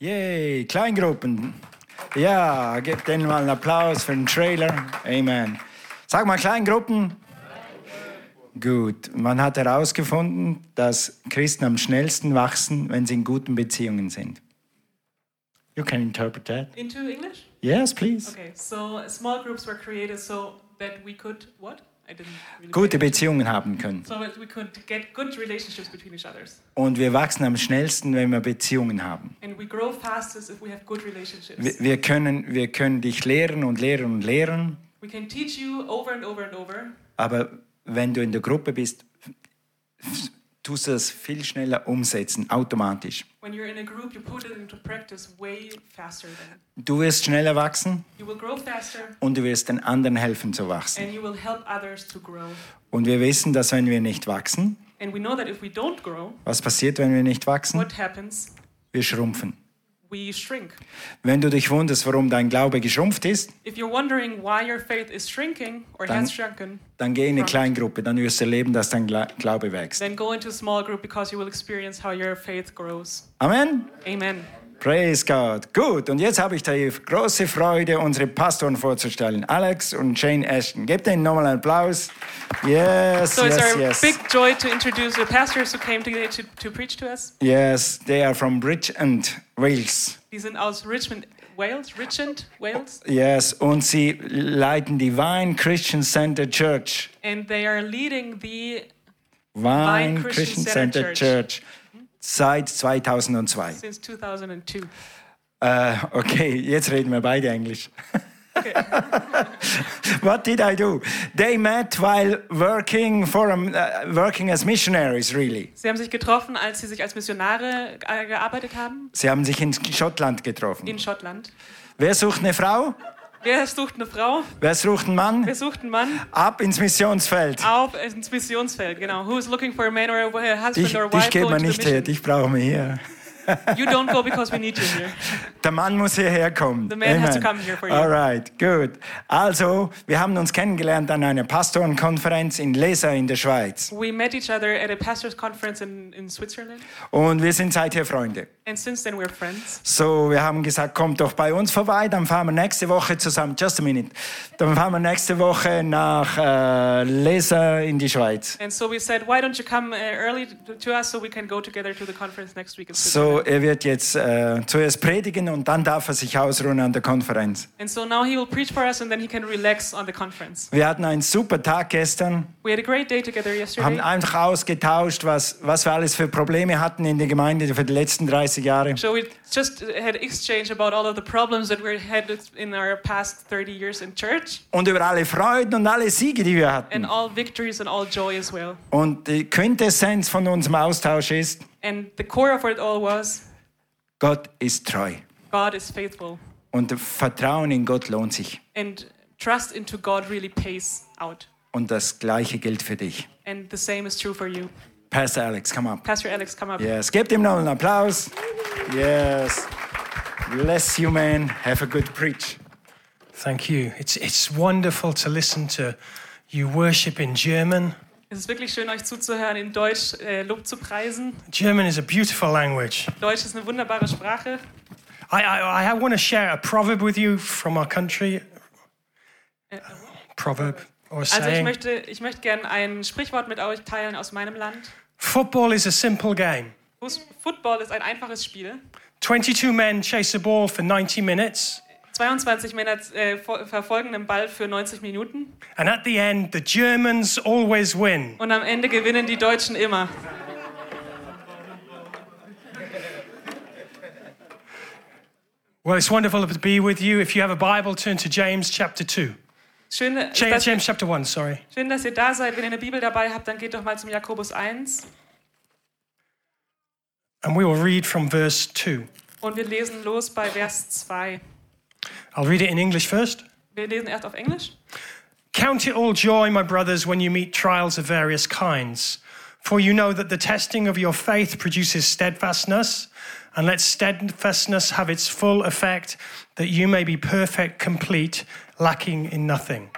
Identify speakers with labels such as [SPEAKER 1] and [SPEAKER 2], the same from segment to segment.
[SPEAKER 1] Yay, Kleingruppen. Ja, gebt denen mal einen Applaus für den Trailer. Amen. Sag mal Kleingruppen. Gut, man hat herausgefunden, dass Christen am schnellsten wachsen, wenn sie in guten Beziehungen sind. You can interpret that.
[SPEAKER 2] Into English?
[SPEAKER 1] Yes, please.
[SPEAKER 2] Okay, so small groups were created so that we could what? I didn't really
[SPEAKER 1] Gute Beziehungen haben können.
[SPEAKER 2] so that we could get good relationships between each others.
[SPEAKER 1] Und wir wachsen am schnellsten, wenn wir Beziehungen haben.
[SPEAKER 2] And we grow fastest if we have good relationships.
[SPEAKER 1] Wir, wir, können, wir können dich lehren und lehren und lehren,
[SPEAKER 2] we can teach you over and over and over,
[SPEAKER 1] aber wenn du in der Gruppe bist, f- tust du das viel schneller umsetzen, automatisch.
[SPEAKER 2] When you're in a group, you put it into practice way faster than
[SPEAKER 1] Du wirst schneller wachsen
[SPEAKER 2] you will grow faster
[SPEAKER 1] und du wirst den anderen helfen zu wachsen.
[SPEAKER 2] and you will help others to grow.
[SPEAKER 1] Und wir wissen, dass wenn wir nicht wachsen,
[SPEAKER 2] And we know that if we don't grow,
[SPEAKER 1] was passiert, wenn wir nicht wachsen?
[SPEAKER 2] what happens?
[SPEAKER 1] Wir schrumpfen.
[SPEAKER 2] We shrink.
[SPEAKER 1] Wenn du dich wunderst, warum dein Glaube geschrumpft ist,
[SPEAKER 2] If you're wondering why your faith is shrinking or
[SPEAKER 1] Dann-
[SPEAKER 2] has shrunken,
[SPEAKER 1] dann geh in eine Kleingruppe, dann wirst du erleben, dass dein Gla- Glaube wächst.
[SPEAKER 2] then go into a small group because you will experience how your faith grows.
[SPEAKER 1] Amen.
[SPEAKER 2] Amen.
[SPEAKER 1] Praise God. Gut, und jetzt habe ich die große Freude, unsere Pastoren vorzustellen, Alex und Jane Ashton. Gebt ihnen nochmal einen Applaus. Yes,
[SPEAKER 2] So it's
[SPEAKER 1] yes,
[SPEAKER 2] our
[SPEAKER 1] yes.
[SPEAKER 2] big joy to introduce the pastors who came today to, to preach to us.
[SPEAKER 1] Yes, they are from Bridgend, Wales.
[SPEAKER 2] These in aus Richmond, Wales, Richmond, Wales,
[SPEAKER 1] Yes, und sie leiten die Vine Christian Center Church.
[SPEAKER 2] and they are leading the
[SPEAKER 1] Vine,
[SPEAKER 2] Vine
[SPEAKER 1] Christian,
[SPEAKER 2] Christian
[SPEAKER 1] Center,
[SPEAKER 2] Center
[SPEAKER 1] Church. Seit 2002.
[SPEAKER 2] since 2002.
[SPEAKER 1] Äh, okay, jetzt reden wir beide Englisch. What did I do? They met while working for a- uh, working as missionaries, really.
[SPEAKER 2] Sie haben sich getroffen, als sie sich als Missionare äh, gearbeitet haben
[SPEAKER 1] Sie haben sich in Schottland getroffen.
[SPEAKER 2] in Schottland.
[SPEAKER 1] Wer sucht eine Frau?
[SPEAKER 2] Wer sucht eine Frau?
[SPEAKER 1] Wer sucht einen Mann?
[SPEAKER 2] Wer sucht einen Mann?
[SPEAKER 1] Ab ins Missionsfeld.
[SPEAKER 2] Auf ins Missionsfeld, genau. Who is looking for a man or a husband
[SPEAKER 1] Dich,
[SPEAKER 2] or
[SPEAKER 1] dich
[SPEAKER 2] wife?
[SPEAKER 1] geht
[SPEAKER 2] Go
[SPEAKER 1] man
[SPEAKER 2] into the
[SPEAKER 1] nicht her,
[SPEAKER 2] mission.
[SPEAKER 1] dich brauchen wir hier.
[SPEAKER 2] You don't go because we need you here.
[SPEAKER 1] Der Mann muss hierher kommen.
[SPEAKER 2] The man has to come here for you.
[SPEAKER 1] Alright, gut. Also, wir haben uns kennengelernt an einer Pastorenkonferenz in Leser in der Schweiz.
[SPEAKER 2] We met each other at a pastor's conference in, in Switzerland,
[SPEAKER 1] Und wir sind seither Freunde.
[SPEAKER 2] and since then we're friends.
[SPEAKER 1] So, wir haben gesagt, kommt doch bei uns vorbei, dann fahren wir nächste Woche zusammen. Just a minute. Dann fahren wir nächste Woche nach äh, Leser in die Schweiz.
[SPEAKER 2] And so we said, why don't you come uh, early to, to us so we can go together to the conference next week in
[SPEAKER 1] So,
[SPEAKER 2] Switzerland?
[SPEAKER 1] er wird jetzt äh, zuerst predigen und dann darf er sich ausruhen an der Konferenz.
[SPEAKER 2] and so now he will preach for us, and then he can relax on the conference.
[SPEAKER 1] Wir hatten einen super Tag gestern.
[SPEAKER 2] We had a great day together
[SPEAKER 1] haben
[SPEAKER 2] yesterday.
[SPEAKER 1] einfach ausgetauscht, was, was wir alles für Probleme hatten in der Gemeinde für die letzten 30 Jahre.
[SPEAKER 2] So we just had exchange about all of the problems that we had in our past 30 years in church,
[SPEAKER 1] Und über alle Freuden und alle Siege, die wir
[SPEAKER 2] and
[SPEAKER 1] hatten.
[SPEAKER 2] all victories and all joy as well.
[SPEAKER 1] Und die Quintessenz von unserem Austausch ist,
[SPEAKER 2] And the core of it all was
[SPEAKER 1] Gott ist treu.
[SPEAKER 2] God is faithful,
[SPEAKER 1] Und Vertrauen in Gott lohnt sich.
[SPEAKER 2] and trust into God really pays out.
[SPEAKER 1] Und das Gleiche gilt für dich.
[SPEAKER 2] And the same is true for you.
[SPEAKER 1] Pastor Alex, come up.
[SPEAKER 2] Pastor Alex, come up.
[SPEAKER 1] Yes, gebt ihm noch einen Applaus. Yes. Bless you, man. Have a good preach.
[SPEAKER 3] Thank you. It's, it's wonderful to listen to you worship in German.
[SPEAKER 2] Es ist wirklich schön, euch zuzuhören, in Deutsch äh, Lob zu preisen.
[SPEAKER 3] German is a beautiful language.
[SPEAKER 2] Deutsch ist eine wunderbare Sprache.
[SPEAKER 3] I, I, I want to share a proverb with you from our country. Proverb or a
[SPEAKER 2] Also ich
[SPEAKER 3] saying.
[SPEAKER 2] möchte, ich möchte gerne ein Sprichwort mit euch teilen aus meinem Land.
[SPEAKER 3] Football is a simple game.
[SPEAKER 2] Fuß- Football ist ein einfaches Spiel.
[SPEAKER 3] 22 men chase a ball for 90 minutes,
[SPEAKER 2] 22 Männer äh, ver- verfolgen den Ball für 90 Minuten
[SPEAKER 3] and at the end, the Germans always win.
[SPEAKER 2] und am Ende gewinnen die Deutschen immer.
[SPEAKER 3] Well, it's wonderful to be with you. If you have a Bible, turn to James chapter 2.
[SPEAKER 2] Schön, dass,
[SPEAKER 3] Ja- James chapter 1, sorry.
[SPEAKER 2] schön, dass ihr da seid. Wenn ihr eine Bibel dabei habt, dann geht doch mal zum Jakobus 1
[SPEAKER 3] And we will read from verse 2.
[SPEAKER 2] und wir lesen los bei Vers 2.
[SPEAKER 3] I'll read it in English first.
[SPEAKER 2] Wir lesen erst auf Englisch.
[SPEAKER 3] Count it all joy, my brothers, when you meet trials of various kinds, for you know that the testing of your faith produces steadfastness, and let steadfastness have its full effect, that you may be perfect, complete, lacking in nothing.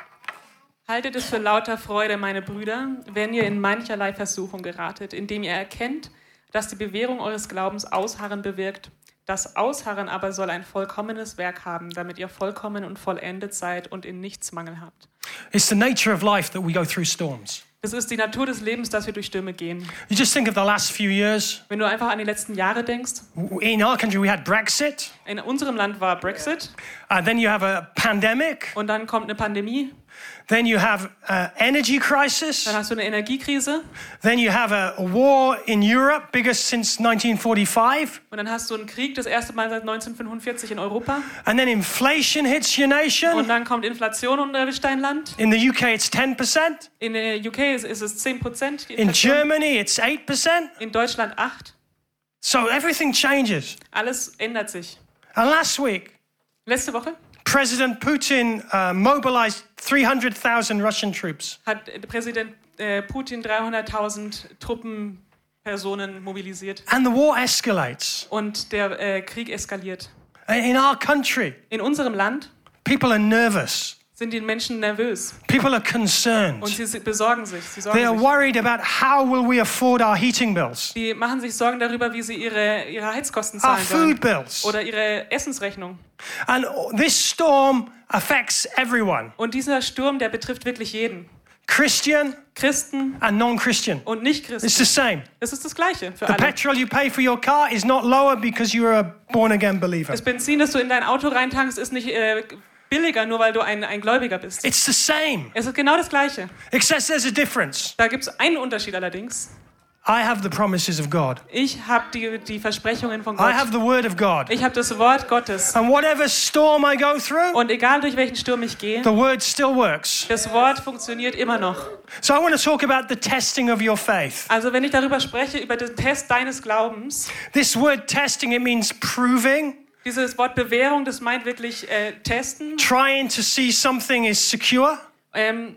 [SPEAKER 2] Haltet es für lauter Freude, meine Brüder, wenn ihr in mancherlei Versuchung geratet, indem ihr erkennt, dass die Bewährung eures Glaubens Ausharren bewirkt. Das Ausharren aber soll ein vollkommenes Werk haben, damit ihr vollkommen und vollendet seid und in nichts Mangel habt.
[SPEAKER 3] It's the nature of life that we go through storms.
[SPEAKER 2] Es ist die Natur des Lebens, dass wir durch Stürme gehen.
[SPEAKER 3] You just think of the last few years.
[SPEAKER 2] Wenn du einfach an die letzten Jahre denkst,
[SPEAKER 3] W- In our country, we had Brexit,
[SPEAKER 2] in unserem Land war Brexit
[SPEAKER 3] and then you have a pandemic,
[SPEAKER 2] und dann kommt eine Pandemie,
[SPEAKER 3] then you have uh, energy crisis,
[SPEAKER 2] dann hast du eine Energiekrise
[SPEAKER 3] then you have a, a war in Europe, biggest since 1945,
[SPEAKER 2] und dann hast du einen Krieg, das erste Mal seit 1945 in Europa
[SPEAKER 3] and then inflation hits your
[SPEAKER 2] und
[SPEAKER 3] nation.
[SPEAKER 2] dann kommt Inflation und erwischt dein Land.
[SPEAKER 3] In the UK, it's 10%.
[SPEAKER 2] In der UK ist, ist es 10 Prozent,
[SPEAKER 3] In Germany, it's 8%.
[SPEAKER 2] in Deutschland 8.
[SPEAKER 3] So everything changes.
[SPEAKER 2] Alles ändert sich.
[SPEAKER 3] And last week,
[SPEAKER 2] Letzte Woche
[SPEAKER 3] President Putin uh, mobilized 300,000 Russian troops.
[SPEAKER 2] hat äh, Präsident äh, Putin 300.000 Truppenpersonen mobilisiert
[SPEAKER 3] And the war escalates. Uh,
[SPEAKER 2] und der äh, Krieg eskaliert.
[SPEAKER 3] In our country,
[SPEAKER 2] In unserem Land
[SPEAKER 3] people are nervous.
[SPEAKER 2] sind die Menschen nervös
[SPEAKER 3] People are
[SPEAKER 2] und
[SPEAKER 3] concerned.
[SPEAKER 2] sie si- besorgen sich. Sie
[SPEAKER 3] They are
[SPEAKER 2] sorgen sich.
[SPEAKER 3] worried about how will we afford our heating bills,
[SPEAKER 2] Sie machen sich Sorgen darüber, wie sie ihre, ihre Heizkosten
[SPEAKER 3] our
[SPEAKER 2] zahlen
[SPEAKER 3] food
[SPEAKER 2] sollen
[SPEAKER 3] bills.
[SPEAKER 2] oder ihre Essensrechnung.
[SPEAKER 3] And this storm affects everyone,
[SPEAKER 2] Und dieser Sturm, der betrifft wirklich jeden.
[SPEAKER 3] Christian
[SPEAKER 2] Christen
[SPEAKER 3] and non-Christian.
[SPEAKER 2] und
[SPEAKER 3] It's
[SPEAKER 2] Nichtchristen.
[SPEAKER 3] the same.
[SPEAKER 2] Es ist das Gleiche für
[SPEAKER 3] The
[SPEAKER 2] alle.
[SPEAKER 3] petrol you pay for your car is not lower because you are a born again believer.
[SPEAKER 2] Das Benzin, das du in dein Auto reintankst, ist nicht äh, billiger, nur weil du ein, ein Gläubiger bist.
[SPEAKER 3] It's the same,
[SPEAKER 2] Es ist genau das Gleiche.
[SPEAKER 3] except there's a difference.
[SPEAKER 2] Da gibt es einen Unterschied allerdings.
[SPEAKER 3] I have the promises of God.
[SPEAKER 2] Ich habe die, die Versprechungen von
[SPEAKER 3] I
[SPEAKER 2] Gott.
[SPEAKER 3] have the word of God.
[SPEAKER 2] Ich habe das Wort Gottes.
[SPEAKER 3] And whatever storm I go through,
[SPEAKER 2] Und egal durch welchen Sturm ich gehe,
[SPEAKER 3] the word still works.
[SPEAKER 2] das Wort funktioniert immer noch.
[SPEAKER 3] So I want to talk about the testing of your faith.
[SPEAKER 2] Also wenn ich darüber spreche, über den Test deines Glaubens,
[SPEAKER 3] This word testing, it means proving,
[SPEAKER 2] dieses Wort Bewährung, das meint wirklich äh, testen,
[SPEAKER 3] trying to see something is secure,
[SPEAKER 2] ähm,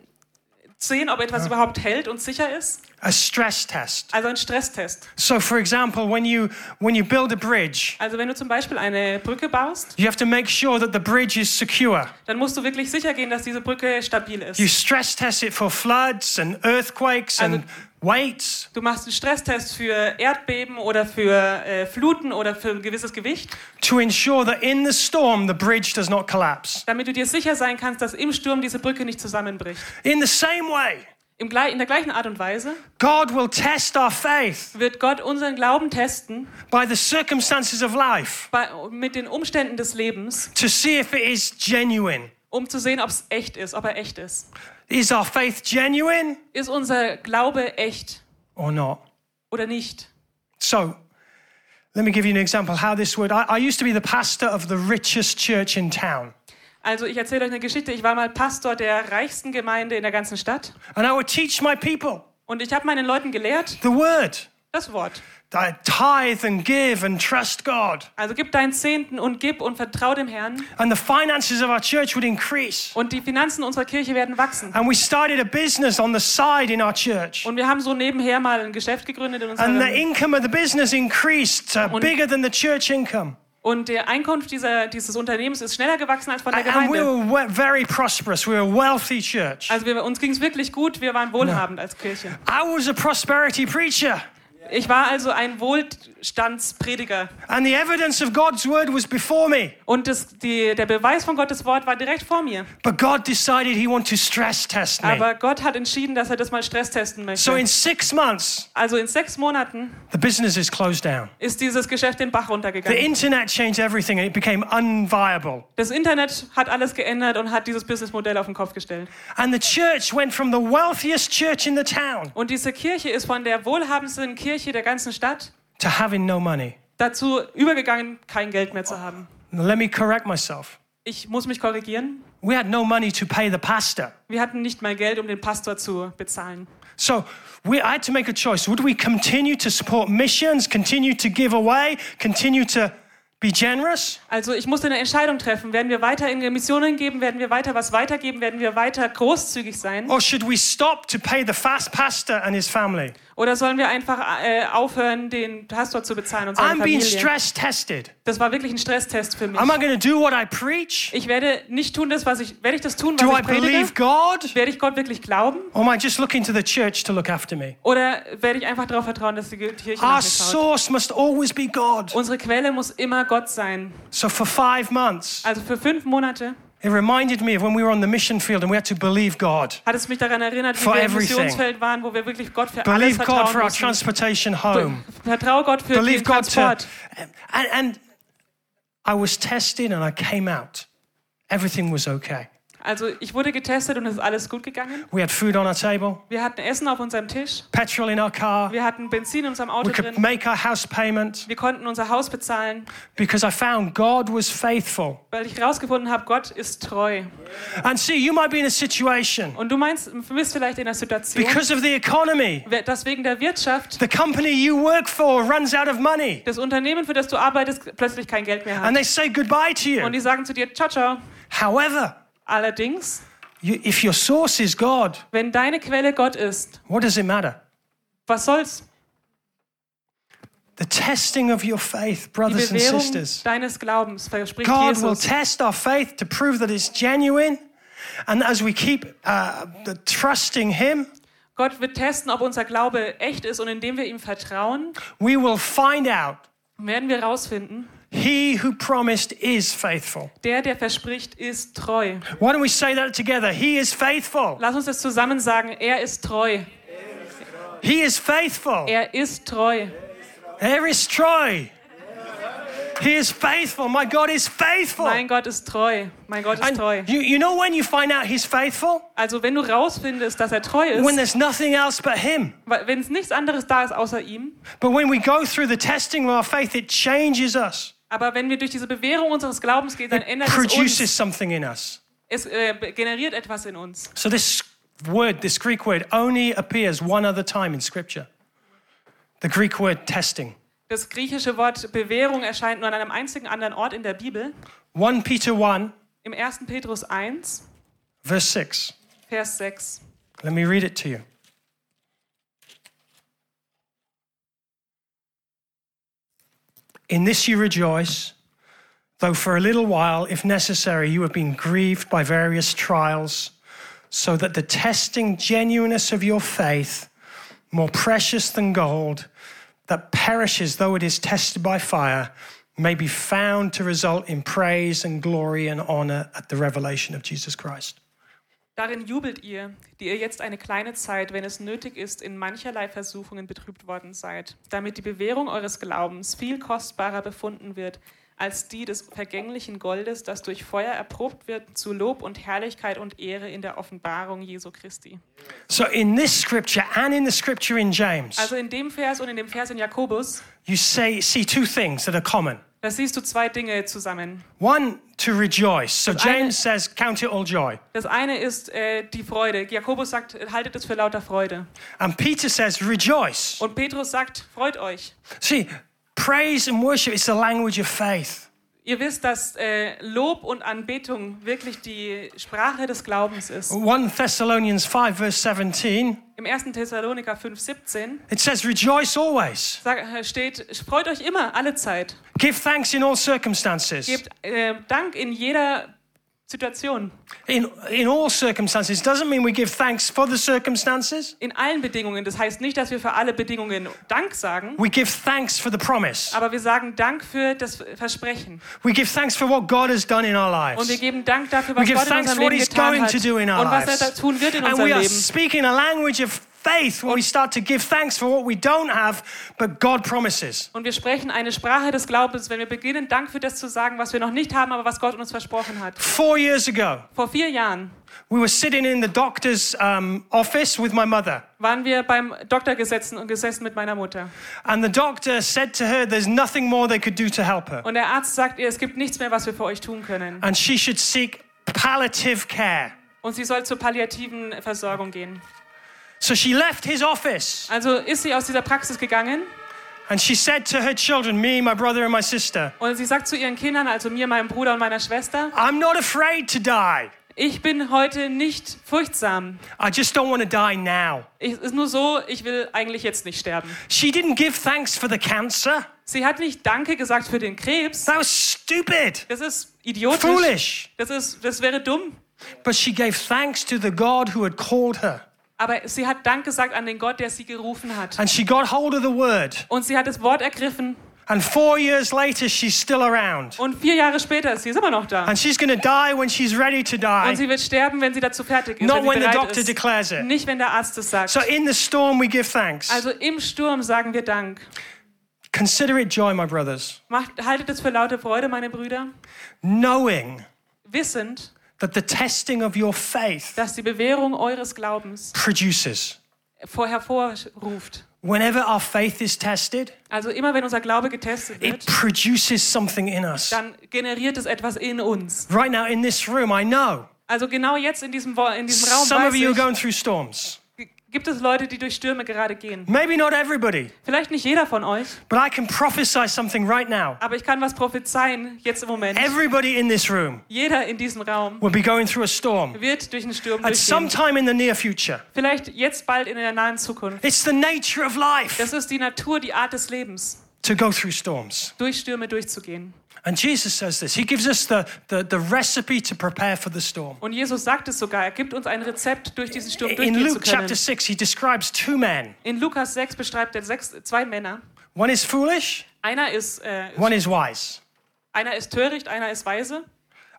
[SPEAKER 2] sehen, ob etwas überhaupt hält und sicher ist.
[SPEAKER 3] a stress test.
[SPEAKER 2] Also ein Stresstest.
[SPEAKER 3] So for example, when you when you build a bridge,
[SPEAKER 2] Also wenn du zum Beispiel eine Brücke baust,
[SPEAKER 3] you have to make sure that the bridge is secure.
[SPEAKER 2] dann musst du wirklich sicher gehen, dass diese Brücke stabil
[SPEAKER 3] You
[SPEAKER 2] ist.
[SPEAKER 3] stress test it for floods and earthquakes and weights.
[SPEAKER 2] Du machst einen Stresstest für Erdbeben oder für äh, Fluten oder für ein gewisses Gewicht,
[SPEAKER 3] to ensure that in the storm the bridge does not collapse.
[SPEAKER 2] damit du dir sicher sein kannst, dass im Sturm diese Brücke nicht zusammenbricht.
[SPEAKER 3] In the same way,
[SPEAKER 2] Im, glei- in der gleichen Art und Weise
[SPEAKER 3] God will test our faith
[SPEAKER 2] wird Gott unseren Glauben testen
[SPEAKER 3] by the circumstances of life
[SPEAKER 2] bei, mit den Umständen des Lebens
[SPEAKER 3] to see if it is genuine.
[SPEAKER 2] um zu sehen, ob es echt ist, ob er echt ist.
[SPEAKER 3] Is our faith genuine
[SPEAKER 2] Ist unser Glaube echt
[SPEAKER 3] or not?
[SPEAKER 2] oder nicht?
[SPEAKER 3] So, let me give you an example how this would. I, I used to be the pastor of the richest church in town,
[SPEAKER 2] Also ich erzähle euch eine Geschichte. Ich war mal Pastor der reichsten Gemeinde in der ganzen Stadt
[SPEAKER 3] and I would teach my people
[SPEAKER 2] und ich habe meinen Leuten gelehrt
[SPEAKER 3] the word.
[SPEAKER 2] das Wort.
[SPEAKER 3] I tithe and give and trust God,
[SPEAKER 2] Also gib deinen Zehnten und gib und vertrau dem Herrn
[SPEAKER 3] and the finances of our church would increase.
[SPEAKER 2] und die Finanzen unserer Kirche werden wachsen.
[SPEAKER 3] And we started a business on the side in our church.
[SPEAKER 2] Und wir haben so nebenher mal ein Geschäft gegründet in
[SPEAKER 3] And the
[SPEAKER 2] unserem
[SPEAKER 3] income of the business increased uh, bigger than the church income.
[SPEAKER 2] und der Einkunft dieser, dieses Unternehmens ist schneller gewachsen als von der
[SPEAKER 3] And we
[SPEAKER 2] Gemeinde.
[SPEAKER 3] were we- very prosperous. We were a wealthy church.
[SPEAKER 2] Also wir, uns ging es wirklich gut. Wir waren wohlhabend als Kirche.
[SPEAKER 3] I was a prosperity preacher.
[SPEAKER 2] Ich war also ein Wohlstandsprediger.
[SPEAKER 3] And the evidence of God's word was before me.
[SPEAKER 2] Und das, die, der Beweis von Gottes Wort war direkt vor mir.
[SPEAKER 3] But God decided He wanted to stress test me.
[SPEAKER 2] Aber Gott hat entschieden, dass er das mal stresstesten möchte.
[SPEAKER 3] So in six months,
[SPEAKER 2] also in sechs Monaten
[SPEAKER 3] the business is closed down.
[SPEAKER 2] ist dieses Geschäft den Bach
[SPEAKER 3] The
[SPEAKER 2] runtergegangen.
[SPEAKER 3] internet changed everything and it became unviable.
[SPEAKER 2] das Internet hat alles geändert und hat dieses Businessmodell auf den Kopf gestellt.
[SPEAKER 3] And the church went from the wealthiest church in the town
[SPEAKER 2] Und diese Kirche ist von der wohlhabendsten Kirche der ganzen Stadt
[SPEAKER 3] to having no money.
[SPEAKER 2] dazu übergegangen, kein Geld mehr zu haben.
[SPEAKER 3] Let me correct myself.
[SPEAKER 2] Ich muss mich korrigieren.
[SPEAKER 3] We had no money to pay the pastor.
[SPEAKER 2] Wir hatten nicht mal Geld, um den Pastor zu bezahlen.
[SPEAKER 3] So we, I had to make a choice. Would we continue to support missions, continue to give away, continue to be generous?
[SPEAKER 2] Also ich musste eine Entscheidung treffen. Werden wir weiter in Missionen geben? Werden wir weiter was weitergeben? Werden wir weiter großzügig sein?
[SPEAKER 3] Or should we stop to pay the fast pastor and his family?
[SPEAKER 2] Oder sollen wir einfach äh, aufhören, den Pastor zu bezahlen und seine
[SPEAKER 3] I'm being
[SPEAKER 2] Familie?
[SPEAKER 3] stress tested.
[SPEAKER 2] Das war wirklich ein Stresstest für mich.
[SPEAKER 3] Am I going to do what I preach?
[SPEAKER 2] Ich werde nicht tun, das, was ich, werde ich das tun, was
[SPEAKER 3] Do I
[SPEAKER 2] ich predige?
[SPEAKER 3] believe God?
[SPEAKER 2] Werde ich Gott wirklich glauben?
[SPEAKER 3] Or am I just looking to the church to look after me?
[SPEAKER 2] Oder werde ich einfach darauf vertrauen, dass die Kirche
[SPEAKER 3] Our
[SPEAKER 2] nach mir schaut?
[SPEAKER 3] source must always be God.
[SPEAKER 2] Unsere Quelle muss immer Gott sein.
[SPEAKER 3] So for five months,
[SPEAKER 2] Also für fünf Monate
[SPEAKER 3] it reminded me of when we were on the mission field and we had to believe God.
[SPEAKER 2] hat es mich daran erinnert, wie
[SPEAKER 3] For
[SPEAKER 2] wir im
[SPEAKER 3] everything.
[SPEAKER 2] Missionsfeld waren, wo wir wirklich Gott für alles
[SPEAKER 3] Believe God
[SPEAKER 2] vertrauen
[SPEAKER 3] for our
[SPEAKER 2] mussten.
[SPEAKER 3] transportation home.
[SPEAKER 2] Vertrau Gott für
[SPEAKER 3] Believe
[SPEAKER 2] den
[SPEAKER 3] God to.
[SPEAKER 2] Transport.
[SPEAKER 3] And, and I was tested and I came out. Everything was okay.
[SPEAKER 2] Also ich wurde getestet und es ist alles gut gegangen.
[SPEAKER 3] We had food on our table,
[SPEAKER 2] Wir hatten Essen auf unserem Tisch.
[SPEAKER 3] petrol in our car.
[SPEAKER 2] Wir hatten Benzin in unserem Auto
[SPEAKER 3] We could
[SPEAKER 2] drin.
[SPEAKER 3] make our house payment
[SPEAKER 2] Wir konnten unser Haus bezahlen,
[SPEAKER 3] because I found God was faithful.
[SPEAKER 2] weil ich herausgefunden habe, Gott ist treu.
[SPEAKER 3] And see, you might be in a situation
[SPEAKER 2] Und du meinst, du bist vielleicht in einer Situation,
[SPEAKER 3] because of the economy.
[SPEAKER 2] we- dass wegen der Wirtschaft
[SPEAKER 3] The company you work for runs out of money
[SPEAKER 2] das Unternehmen, für das du arbeitest, plötzlich kein Geld mehr hat.
[SPEAKER 3] and they say goodbye to
[SPEAKER 2] Und die
[SPEAKER 3] you.
[SPEAKER 2] sagen zu dir, ciao, ciao.
[SPEAKER 3] However,
[SPEAKER 2] Allerdings,
[SPEAKER 3] you, if your source is God,
[SPEAKER 2] wenn deine Quelle Gott ist,
[SPEAKER 3] what does it matter?
[SPEAKER 2] was soll's?
[SPEAKER 3] The testing of your faith,
[SPEAKER 2] Die
[SPEAKER 3] brothers and
[SPEAKER 2] Bewährung
[SPEAKER 3] sisters.
[SPEAKER 2] deines Glaubens verspricht
[SPEAKER 3] God will
[SPEAKER 2] Jesus.
[SPEAKER 3] test our faith to prove that it's genuine. And as we keep uh, the- trusting Him,
[SPEAKER 2] Gott wird testen, ob unser Glaube echt ist. Und indem wir ihm vertrauen,
[SPEAKER 3] we will find out
[SPEAKER 2] werden wir herausfinden,
[SPEAKER 3] He who promised is faithful.
[SPEAKER 2] der, der verspricht, ist treu.
[SPEAKER 3] Why don't we say that together? He is faithful.
[SPEAKER 2] Lass uns das zusammen sagen. Er ist treu.
[SPEAKER 3] He is faithful.
[SPEAKER 2] Er ist treu.
[SPEAKER 3] There is Troy. He is faithful. My God is faithful.
[SPEAKER 2] Mein Gott ist treu. Mein Gott ist treu.
[SPEAKER 3] Oh. And you, you know when you find out He's faithful?
[SPEAKER 2] Also wenn du rausfindest, dass er treu
[SPEAKER 3] When
[SPEAKER 2] ist,
[SPEAKER 3] there's nothing else but Him.
[SPEAKER 2] wenn es nichts anderes da ist außer ihm,
[SPEAKER 3] But when we go through the testing of our faith, it changes us,
[SPEAKER 2] aber wenn wir durch diese Bewährung unseres Glaubens gehen, dann ändert es
[SPEAKER 3] produces
[SPEAKER 2] uns.
[SPEAKER 3] something in us.
[SPEAKER 2] Es äh, generiert etwas in uns.
[SPEAKER 3] So this word, this Greek word, only appears one other time in Scripture. The Greek word testing.
[SPEAKER 2] Das griechische Wort Bewährung erscheint nur an einem einzigen anderen Ort in der Bibel.
[SPEAKER 3] 1 Peter 1,
[SPEAKER 2] Im 1. Petrus 1,
[SPEAKER 3] verse 6.
[SPEAKER 2] Vers 6.
[SPEAKER 3] Let me read it to you. In this you rejoice, though for a little while, if necessary, you have been grieved by various trials, so that the testing genuineness of your faith, more precious than gold, that perishes though it is tested by fire, may be found to result in praise and glory and honor at the revelation of Jesus Christ.
[SPEAKER 2] Darin jubelt ihr, die ihr jetzt eine kleine Zeit, wenn es nötig ist, in mancherlei Versuchungen betrübt worden seid, damit die Bewährung eures Glaubens viel kostbarer befunden wird als die des vergänglichen Goldes, das durch Feuer erprobt wird, zu Lob und Herrlichkeit und Ehre in der Offenbarung Jesu Christi.
[SPEAKER 3] So, in this scripture and in the scripture in James,
[SPEAKER 2] Also in dem Vers und in dem Vers in Jakobus,
[SPEAKER 3] you say, see two things that are common.
[SPEAKER 2] da siehst du zwei Dinge zusammen.
[SPEAKER 3] One, to rejoice. So,
[SPEAKER 2] Das eine-
[SPEAKER 3] James says, count it all joy.
[SPEAKER 2] Das eine ist äh, die Freude. Jakobus sagt, haltet es für lauter Freude.
[SPEAKER 3] And Peter says, rejoice.
[SPEAKER 2] Und Petrus sagt, freut euch.
[SPEAKER 3] See, praise and worship is the language of faith.
[SPEAKER 2] Ihr wisst, dass äh, Lob und Anbetung wirklich die Sprache des Glaubens ist.
[SPEAKER 3] 1 Thessalonians 5, verse 17,
[SPEAKER 2] Im 1. Thessaloniker 5,17
[SPEAKER 3] it says, rejoice always.
[SPEAKER 2] sag- äh, steht: Freut euch immer, alle Zeit.
[SPEAKER 3] Give thanks in all circumstances.
[SPEAKER 2] Gebt äh, Dank in jeder Situation,
[SPEAKER 3] In, in all circumstances doesn't mean we give thanks for the circumstances,
[SPEAKER 2] in allen Bedingungen. Das heißt nicht, dass wir für alle Bedingungen Dank sagen,
[SPEAKER 3] we give thanks for the promise.
[SPEAKER 2] aber wir sagen Dank für das Versprechen.
[SPEAKER 3] We give thanks for what God has done in our lives.
[SPEAKER 2] Und wir geben Dank dafür,
[SPEAKER 3] We
[SPEAKER 2] was
[SPEAKER 3] give
[SPEAKER 2] Gott in
[SPEAKER 3] thanks
[SPEAKER 2] unserem
[SPEAKER 3] for what
[SPEAKER 2] Leben
[SPEAKER 3] he's
[SPEAKER 2] getan
[SPEAKER 3] going
[SPEAKER 2] hat
[SPEAKER 3] to do in
[SPEAKER 2] und
[SPEAKER 3] our
[SPEAKER 2] was er
[SPEAKER 3] lives.
[SPEAKER 2] da tun wird in
[SPEAKER 3] And
[SPEAKER 2] unserem
[SPEAKER 3] we are
[SPEAKER 2] Leben.
[SPEAKER 3] speaking a language of faith when we start to give thanks for what we don't have, but God promises.
[SPEAKER 2] Und wir sprechen eine Sprache des Glaubens, wenn wir beginnen, Dank für das zu sagen, was wir noch nicht haben, aber was Gott uns versprochen hat.
[SPEAKER 3] Four years ago,
[SPEAKER 2] Vor vier Jahren
[SPEAKER 3] we were sitting in the doctor's um, office with my mother,
[SPEAKER 2] waren wir beim Doktor gesessen und gesessen mit meiner Mutter.
[SPEAKER 3] and the doctor said to her, There's nothing more they could do to help her,
[SPEAKER 2] Und der Arzt sagt ihr, es gibt nichts mehr, was wir für euch tun können.
[SPEAKER 3] and she should seek palliative care.
[SPEAKER 2] Und sie soll zur palliativen Versorgung gehen.
[SPEAKER 3] So she left his office
[SPEAKER 2] Also ist sie aus dieser Praxis gegangen
[SPEAKER 3] and she said to her children, me, my brother, and my sister,
[SPEAKER 2] und sie sagt zu ihren Kindern, also mir, meinem Bruder und meiner Schwester,
[SPEAKER 3] I'm not afraid to die.
[SPEAKER 2] Ich bin heute nicht furchtsam.
[SPEAKER 3] I just don't want to die now.
[SPEAKER 2] Ich- Es ist nur so, ich will eigentlich jetzt nicht sterben.
[SPEAKER 3] She didn't give thanks for the cancer.
[SPEAKER 2] Sie hat nicht Danke gesagt für den Krebs.
[SPEAKER 3] That was stupid,
[SPEAKER 2] Das ist idiotisch.
[SPEAKER 3] foolish.
[SPEAKER 2] Das, ist, das wäre dumm.
[SPEAKER 3] But she gave thanks to the God who had called her.
[SPEAKER 2] Aber sie hat Dank gesagt an den Gott, der sie gerufen hat.
[SPEAKER 3] And she got hold of the word.
[SPEAKER 2] Und sie hat das Wort ergriffen.
[SPEAKER 3] And four years later, she's still around.
[SPEAKER 2] Und vier Jahre später ist sie immer noch da.
[SPEAKER 3] And she's going to die when she's ready to
[SPEAKER 2] Und
[SPEAKER 3] die,
[SPEAKER 2] sie wird sterben, wenn sie dazu fertig ist.
[SPEAKER 3] not
[SPEAKER 2] wenn
[SPEAKER 3] when
[SPEAKER 2] sie
[SPEAKER 3] the
[SPEAKER 2] bereit
[SPEAKER 3] doctor
[SPEAKER 2] ist.
[SPEAKER 3] declares it.
[SPEAKER 2] Nicht, wenn der Arzt es sagt.
[SPEAKER 3] So in the storm, we give thanks.
[SPEAKER 2] Also im Sturm sagen wir Dank.
[SPEAKER 3] Consider it joy, my brothers,
[SPEAKER 2] Macht, haltet es für laute Freude, meine Brüder,
[SPEAKER 3] knowing
[SPEAKER 2] wissend,
[SPEAKER 3] that the testing of your faith
[SPEAKER 2] dass die Bewährung eures Glaubens
[SPEAKER 3] produces.
[SPEAKER 2] vor, hervorruft.
[SPEAKER 3] Whenever our faith is tested,
[SPEAKER 2] Also immer, wenn unser Glaube getestet
[SPEAKER 3] it
[SPEAKER 2] wird,
[SPEAKER 3] produces something in us.
[SPEAKER 2] dann generiert es etwas in uns.
[SPEAKER 3] Right now in this room, I know
[SPEAKER 2] Also genau jetzt in diesem, Wo- in diesem Raum
[SPEAKER 3] some of you are
[SPEAKER 2] weiß
[SPEAKER 3] going through storms.
[SPEAKER 2] ich, gibt es Leute, die durch Stürme gerade gehen.
[SPEAKER 3] Maybe not everybody,
[SPEAKER 2] Vielleicht nicht jeder von euch,
[SPEAKER 3] but I can prophesy something right now.
[SPEAKER 2] aber ich kann was prophezeien jetzt im Moment.
[SPEAKER 3] Everybody in this room
[SPEAKER 2] Jeder in diesem Raum
[SPEAKER 3] will be going through a storm
[SPEAKER 2] wird durch einen Sturm
[SPEAKER 3] at some
[SPEAKER 2] durchgehen.
[SPEAKER 3] time in the near future.
[SPEAKER 2] Vielleicht jetzt bald in der nahen Zukunft.
[SPEAKER 3] It's the nature of life
[SPEAKER 2] Das ist die Natur, die Art des Lebens,
[SPEAKER 3] to go through storms.
[SPEAKER 2] durch Stürme durchzugehen.
[SPEAKER 3] And Jesus says this He gives us the, the, the recipe to prepare for the storm.
[SPEAKER 2] Und Jesus sagt es sogar, er gibt uns ein Rezept, durch diesen Sturm
[SPEAKER 3] In
[SPEAKER 2] durchgehen zu
[SPEAKER 3] Luke chapter
[SPEAKER 2] können.
[SPEAKER 3] 6, he describes two men
[SPEAKER 2] In Lukas 6 beschreibt er sechs, zwei Männer.
[SPEAKER 3] one is foolish,
[SPEAKER 2] Einer ist, äh,
[SPEAKER 3] one is wise.
[SPEAKER 2] einer ist töricht, einer ist weise.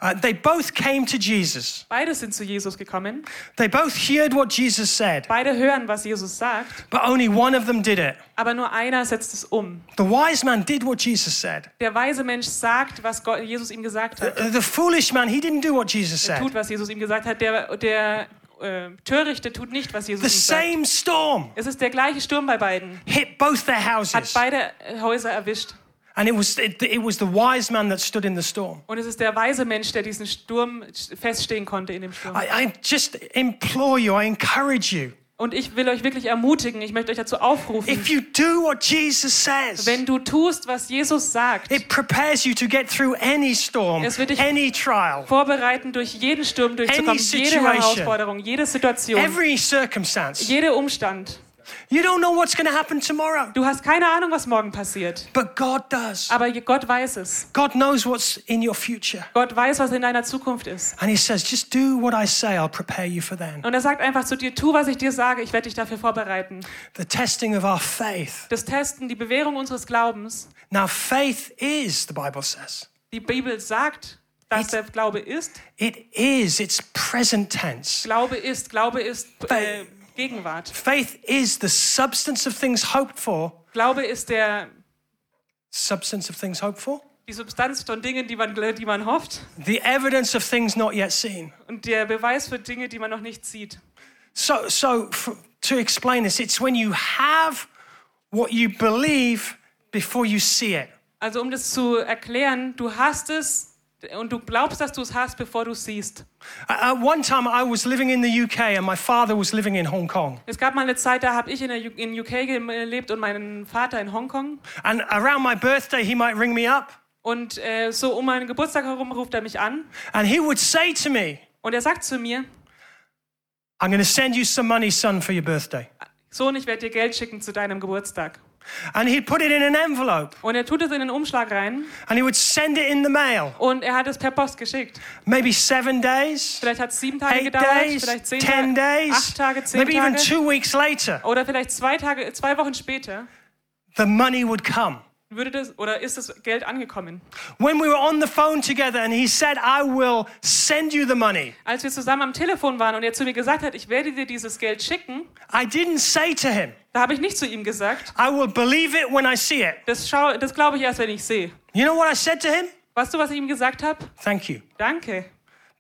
[SPEAKER 3] Uh, they both came to Jesus.
[SPEAKER 2] Beide sind zu Jesus gekommen.
[SPEAKER 3] They both heard what Jesus said,
[SPEAKER 2] Beide hören, was Jesus sagt,
[SPEAKER 3] but only one of them did it.
[SPEAKER 2] aber nur einer setzt es um.
[SPEAKER 3] The wise man did what Jesus said.
[SPEAKER 2] Der weise Mensch sagt, was Gott, Jesus ihm gesagt hat.
[SPEAKER 3] Uh, The foolish man, he didn't do what Jesus
[SPEAKER 2] Tut,
[SPEAKER 3] said.
[SPEAKER 2] was Jesus ihm gesagt hat. Der, der äh, Törichte tut nicht, was Jesus
[SPEAKER 3] The
[SPEAKER 2] ihm sagt.
[SPEAKER 3] same storm
[SPEAKER 2] Es ist der gleiche Sturm bei beiden.
[SPEAKER 3] hit both their
[SPEAKER 2] Hat
[SPEAKER 3] houses,
[SPEAKER 2] beide äh, Häuser erwischt.
[SPEAKER 3] and it was, it, it was the wise man that stood in the storm.
[SPEAKER 2] Und es ist der weise Mensch, der diesen Sturm feststehen konnte in dem Sturm.
[SPEAKER 3] I, I just implore you, I encourage you,
[SPEAKER 2] Und ich will euch wirklich ermutigen, ich möchte euch dazu aufrufen,
[SPEAKER 3] if you do what Jesus says,
[SPEAKER 2] wenn du tust, was Jesus sagt,
[SPEAKER 3] it prepares you to get through any storm,
[SPEAKER 2] Es wird dich-
[SPEAKER 3] any trial,
[SPEAKER 2] vorbereiten, durch jeden Sturm durchzukommen,
[SPEAKER 3] Any
[SPEAKER 2] jede
[SPEAKER 3] situation.
[SPEAKER 2] Herausforderung, jede Situation,
[SPEAKER 3] every circumstance.
[SPEAKER 2] jeder Umstand.
[SPEAKER 3] You don't know what's going to happen tomorrow,
[SPEAKER 2] Du hast keine Ahnung, was morgen passiert,
[SPEAKER 3] but God does.
[SPEAKER 2] aber Gott weiß es.
[SPEAKER 3] God knows what's in your future.
[SPEAKER 2] Gott weiß, was in deiner Zukunft ist.
[SPEAKER 3] And He says, just do what I say, I'll prepare you for then.
[SPEAKER 2] Und er sagt einfach zu dir, tu, was ich dir sage, ich werde dich dafür vorbereiten.
[SPEAKER 3] The testing of our faith.
[SPEAKER 2] Das Testen, die Bewährung unseres Glaubens,
[SPEAKER 3] Now, faith is, the Bible says,
[SPEAKER 2] die Bibel sagt, dass der Glaube ist,
[SPEAKER 3] it is, it's present tense.
[SPEAKER 2] Glaube ist, Glaube ist äh, Gegenwart.
[SPEAKER 3] Faith is the substance of things hoped for.
[SPEAKER 2] Glaube ist der
[SPEAKER 3] Substance of things hoped for?
[SPEAKER 2] die Substanz von Dingen, die man, die man hofft
[SPEAKER 3] The evidence of things not yet seen.
[SPEAKER 2] und der Beweis für Dinge, die man noch nicht sieht.
[SPEAKER 3] So, so f- to explain this, it's when you have what you believe before you see it.
[SPEAKER 2] Also um das zu erklären, du hast es und du glaubst, dass du es hast, bevor du es siehst.
[SPEAKER 3] At at one time, I was living in the UK and my father was living in Hong Kong.
[SPEAKER 2] Es gab mal eine Zeit, da habe ich in, der U in UK gelebt und meinen Vater in Hongkong.
[SPEAKER 3] And around my birthday, he might ring me up
[SPEAKER 2] Und äh, so um meinen Geburtstag herum ruft er mich an
[SPEAKER 3] and he would say to me,
[SPEAKER 2] und er sagt zu mir,
[SPEAKER 3] I'm going to send you some money, son, for your birthday.
[SPEAKER 2] Sohn, ich werde dir Geld schicken zu deinem Geburtstag.
[SPEAKER 3] And he'd put it in an envelope
[SPEAKER 2] Und er tut es in den Umschlag rein
[SPEAKER 3] and he would send it in the mail.
[SPEAKER 2] und er hat es per Post geschickt.
[SPEAKER 3] Maybe seven days,
[SPEAKER 2] Vielleicht hat es sieben Tage
[SPEAKER 3] eight
[SPEAKER 2] gedauert,
[SPEAKER 3] days,
[SPEAKER 2] vielleicht zehn Tage,
[SPEAKER 3] ten days,
[SPEAKER 2] acht Tage, zehn
[SPEAKER 3] maybe even
[SPEAKER 2] Tage.
[SPEAKER 3] two weeks later,
[SPEAKER 2] Oder vielleicht zwei Tage, zwei Wochen später
[SPEAKER 3] the money would come.
[SPEAKER 2] würde das oder ist das Geld angekommen.
[SPEAKER 3] When we were on the phone together and he said, I will send you the money,
[SPEAKER 2] Als wir zusammen am Telefon waren und er zu mir gesagt hat, ich werde dir dieses Geld schicken,
[SPEAKER 3] I didn't say to him,
[SPEAKER 2] da habe ich nicht zu ihm gesagt,
[SPEAKER 3] I will believe it when I see it.
[SPEAKER 2] das, schau, das glaube ich erst, wenn ich sehe.
[SPEAKER 3] You know what I said to him?
[SPEAKER 2] Weißt du, was ich ihm gesagt habe?
[SPEAKER 3] Thank you.
[SPEAKER 2] Danke,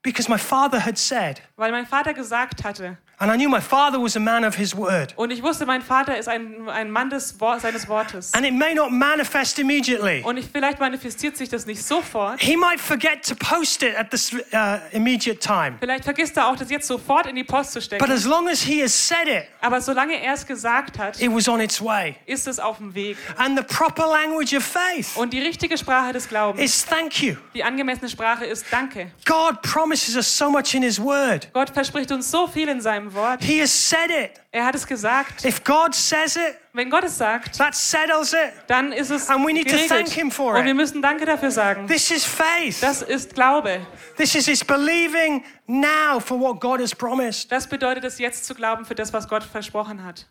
[SPEAKER 3] Because my father had said,
[SPEAKER 2] weil mein Vater gesagt hatte.
[SPEAKER 3] and I knew my father was a man of his word.
[SPEAKER 2] Und ich wusste, mein Vater ist ein, ein Mann des Wor seines Wortes.
[SPEAKER 3] And it may not manifest immediately.
[SPEAKER 2] Und ich, vielleicht manifestiert sich das nicht sofort.
[SPEAKER 3] He might forget to post it at this uh, immediate time.
[SPEAKER 2] Vielleicht vergisst er auch, das jetzt sofort in die Post zu
[SPEAKER 3] But uh,
[SPEAKER 2] stecken.
[SPEAKER 3] as long as he has said it,
[SPEAKER 2] Aber solange er es gesagt hat,
[SPEAKER 3] it was on its way.
[SPEAKER 2] ist es auf dem Weg.
[SPEAKER 3] And the proper language of faith
[SPEAKER 2] Und die richtige Sprache des Glaubens,
[SPEAKER 3] is thank you.
[SPEAKER 2] die angemessene Sprache ist Danke.
[SPEAKER 3] God promises us so much in His Word.
[SPEAKER 2] Gott verspricht uns so viel in seinem Wort.
[SPEAKER 3] He has said it.
[SPEAKER 2] Er hat es gesagt.
[SPEAKER 3] If God says it,
[SPEAKER 2] Wenn Gott es sagt,
[SPEAKER 3] that settles it.
[SPEAKER 2] dann ist es
[SPEAKER 3] And we need to thank
[SPEAKER 2] geregelt.
[SPEAKER 3] him for
[SPEAKER 2] Und
[SPEAKER 3] it.
[SPEAKER 2] wir müssen Danke dafür sagen.
[SPEAKER 3] This is faith.
[SPEAKER 2] Das ist Glaube.
[SPEAKER 3] this is it's believing now for what God has promised.
[SPEAKER 2] Das bedeutet es jetzt zu glauben für das, was Gott versprochen hat.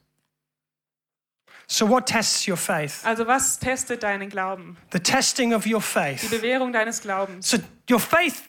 [SPEAKER 3] So, what tests your faith?
[SPEAKER 2] Also was testet deinen Glauben?
[SPEAKER 3] The testing of your
[SPEAKER 2] Die
[SPEAKER 3] faith.
[SPEAKER 2] Bewährung deines Glaubens.
[SPEAKER 3] So, your faith,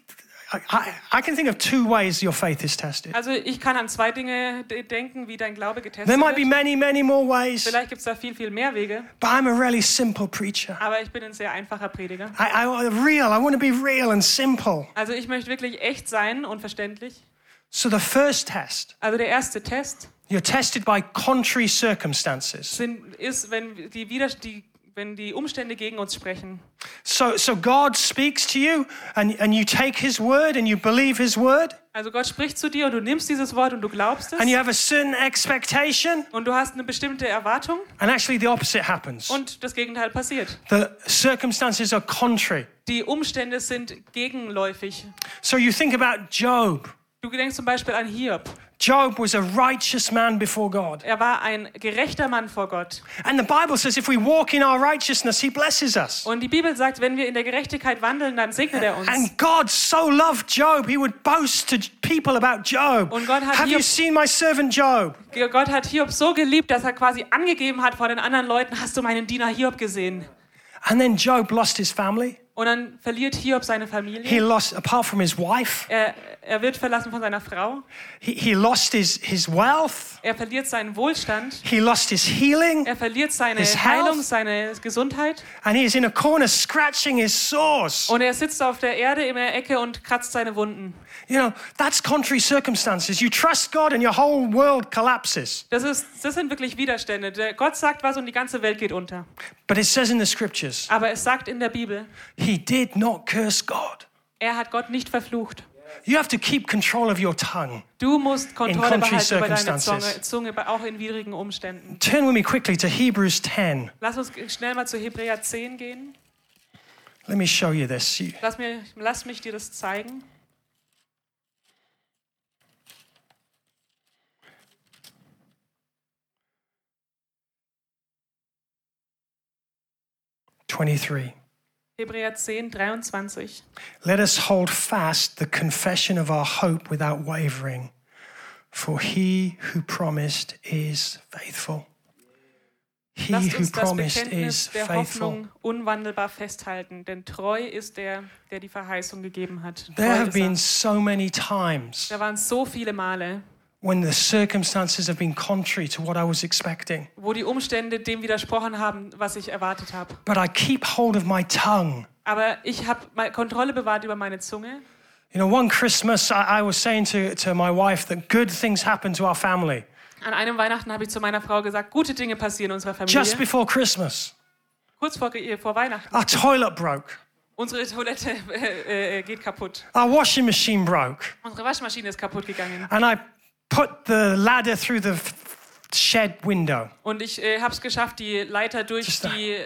[SPEAKER 3] I, I, I can think of two ways your faith is tested.
[SPEAKER 2] Also ich kann an zwei Dinge de- denken, wie dein Glaube
[SPEAKER 3] There
[SPEAKER 2] getestet
[SPEAKER 3] might be
[SPEAKER 2] wird.
[SPEAKER 3] many, many more ways, but
[SPEAKER 2] Vielleicht gibt es da viel, viel mehr Wege,
[SPEAKER 3] I'm a really simple preacher.
[SPEAKER 2] aber ich bin ein sehr einfacher Prediger.
[SPEAKER 3] I, I real. I want to be real and simple.
[SPEAKER 2] Also ich möchte wirklich echt sein und verständlich.
[SPEAKER 3] So the first test,
[SPEAKER 2] Also der erste Test
[SPEAKER 3] you're tested by contrary circumstances.
[SPEAKER 2] sind, ist, wenn die, Wider die, wenn die Umstände gegen uns sprechen.
[SPEAKER 3] So so God speaks to you, and and you take His word and you believe His word,
[SPEAKER 2] Also Gott spricht zu dir und du nimmst dieses Wort und du glaubst
[SPEAKER 3] and you
[SPEAKER 2] es
[SPEAKER 3] have a certain expectation,
[SPEAKER 2] und du hast eine bestimmte Erwartung
[SPEAKER 3] and actually the opposite happens.
[SPEAKER 2] und das Gegenteil passiert.
[SPEAKER 3] The circumstances are contrary.
[SPEAKER 2] Die Umstände sind gegenläufig.
[SPEAKER 3] So you think about Job.
[SPEAKER 2] Du denkst zum Beispiel an Hiob.
[SPEAKER 3] Job was a righteous man before God.
[SPEAKER 2] Er war ein gerechter Mann vor Gott.
[SPEAKER 3] And the Bible says if we walk in our righteousness, he blesses us.
[SPEAKER 2] Und die Bibel sagt, wenn wir in der Gerechtigkeit wandeln, dann segnet er uns.
[SPEAKER 3] And God so loved Job, he would boast to people about Job.
[SPEAKER 2] Und Gott hat
[SPEAKER 3] Have you
[SPEAKER 2] Hiob-
[SPEAKER 3] seen my servant Job?
[SPEAKER 2] Gott hat Hiob so geliebt, dass er quasi angegeben hat vor den anderen Leuten, hast du meinen Diener Hiob gesehen?
[SPEAKER 3] And then Job lost his family.
[SPEAKER 2] Und dann verliert Hiob seine
[SPEAKER 3] He
[SPEAKER 2] Familie.
[SPEAKER 3] lost, apart from his wife,
[SPEAKER 2] Er, er wird verlassen von seiner Frau.
[SPEAKER 3] he, he lost his, his wealth,
[SPEAKER 2] Er verliert seinen Wohlstand.
[SPEAKER 3] he lost his healing,
[SPEAKER 2] Er verliert seine
[SPEAKER 3] His health.
[SPEAKER 2] Heilung, seine Gesundheit.
[SPEAKER 3] and he is in a corner scratching his sores.
[SPEAKER 2] Und er sitzt auf der Erde in der Ecke und kratzt seine Wunden.
[SPEAKER 3] You know, that's contrary circumstances. You trust God and your whole world collapses.
[SPEAKER 2] Das, ist, das sind wirklich Widerstände. Der Gott sagt was und die ganze Welt geht unter.
[SPEAKER 3] But it says in the scriptures,
[SPEAKER 2] Aber es sagt in der Bibel,
[SPEAKER 3] he did not curse God.
[SPEAKER 2] er hat Gott nicht verflucht.
[SPEAKER 3] You have to keep control of your tongue.
[SPEAKER 2] Du musst Kontrolle
[SPEAKER 3] contrary
[SPEAKER 2] behalten über deine Zunge,
[SPEAKER 3] circumstances.
[SPEAKER 2] Zunge, bei- auch in widrigen Umständen.
[SPEAKER 3] Turn with me quickly to Hebrews 10.
[SPEAKER 2] Lass uns schnell mal zu Hebräer 10 gehen.
[SPEAKER 3] Let me show you this. You-
[SPEAKER 2] Lass, mir, lass mich dir das zeigen.
[SPEAKER 3] Twenty-three.
[SPEAKER 2] Hebräer 10, 23.
[SPEAKER 3] Let us hold fast the confession of our hope without wavering, for he who promised is faithful. He
[SPEAKER 2] Lasst
[SPEAKER 3] who
[SPEAKER 2] uns das
[SPEAKER 3] promised is
[SPEAKER 2] Bekenntnis der
[SPEAKER 3] faithful.
[SPEAKER 2] Hoffnung unwandelbar festhalten, denn treu ist der, der die Verheißung gegeben hat. Treu
[SPEAKER 3] There have
[SPEAKER 2] ist er.
[SPEAKER 3] been so many times
[SPEAKER 2] Da waren so viele Male,
[SPEAKER 3] when the circumstances have been contrary to what I was expecting,
[SPEAKER 2] wo die Umstände dem widersprochen haben, was ich erwartet habe.
[SPEAKER 3] but I keep hold of my tongue.
[SPEAKER 2] Aber ich habe Kontrolle bewahrt über meine Zunge.
[SPEAKER 3] You know, one Christmas, I, I was saying to, to my wife that good things happen to our family
[SPEAKER 2] An einem Weihnachten habe ich zu meiner Frau gesagt, gute Dinge passieren unserer
[SPEAKER 3] just
[SPEAKER 2] Familie.
[SPEAKER 3] before Christmas.
[SPEAKER 2] Kurz vor, äh, vor Weihnachten.
[SPEAKER 3] Our toilet broke,
[SPEAKER 2] Unsere Toilette äh, äh, geht kaputt.
[SPEAKER 3] our washing machine broke.
[SPEAKER 2] Unsere Waschmaschine ist kaputt gegangen.
[SPEAKER 3] and I put the ladder through the f- shed window.
[SPEAKER 2] Und ich äh, habe es geschafft, die Leiter durch
[SPEAKER 3] Just a-
[SPEAKER 2] die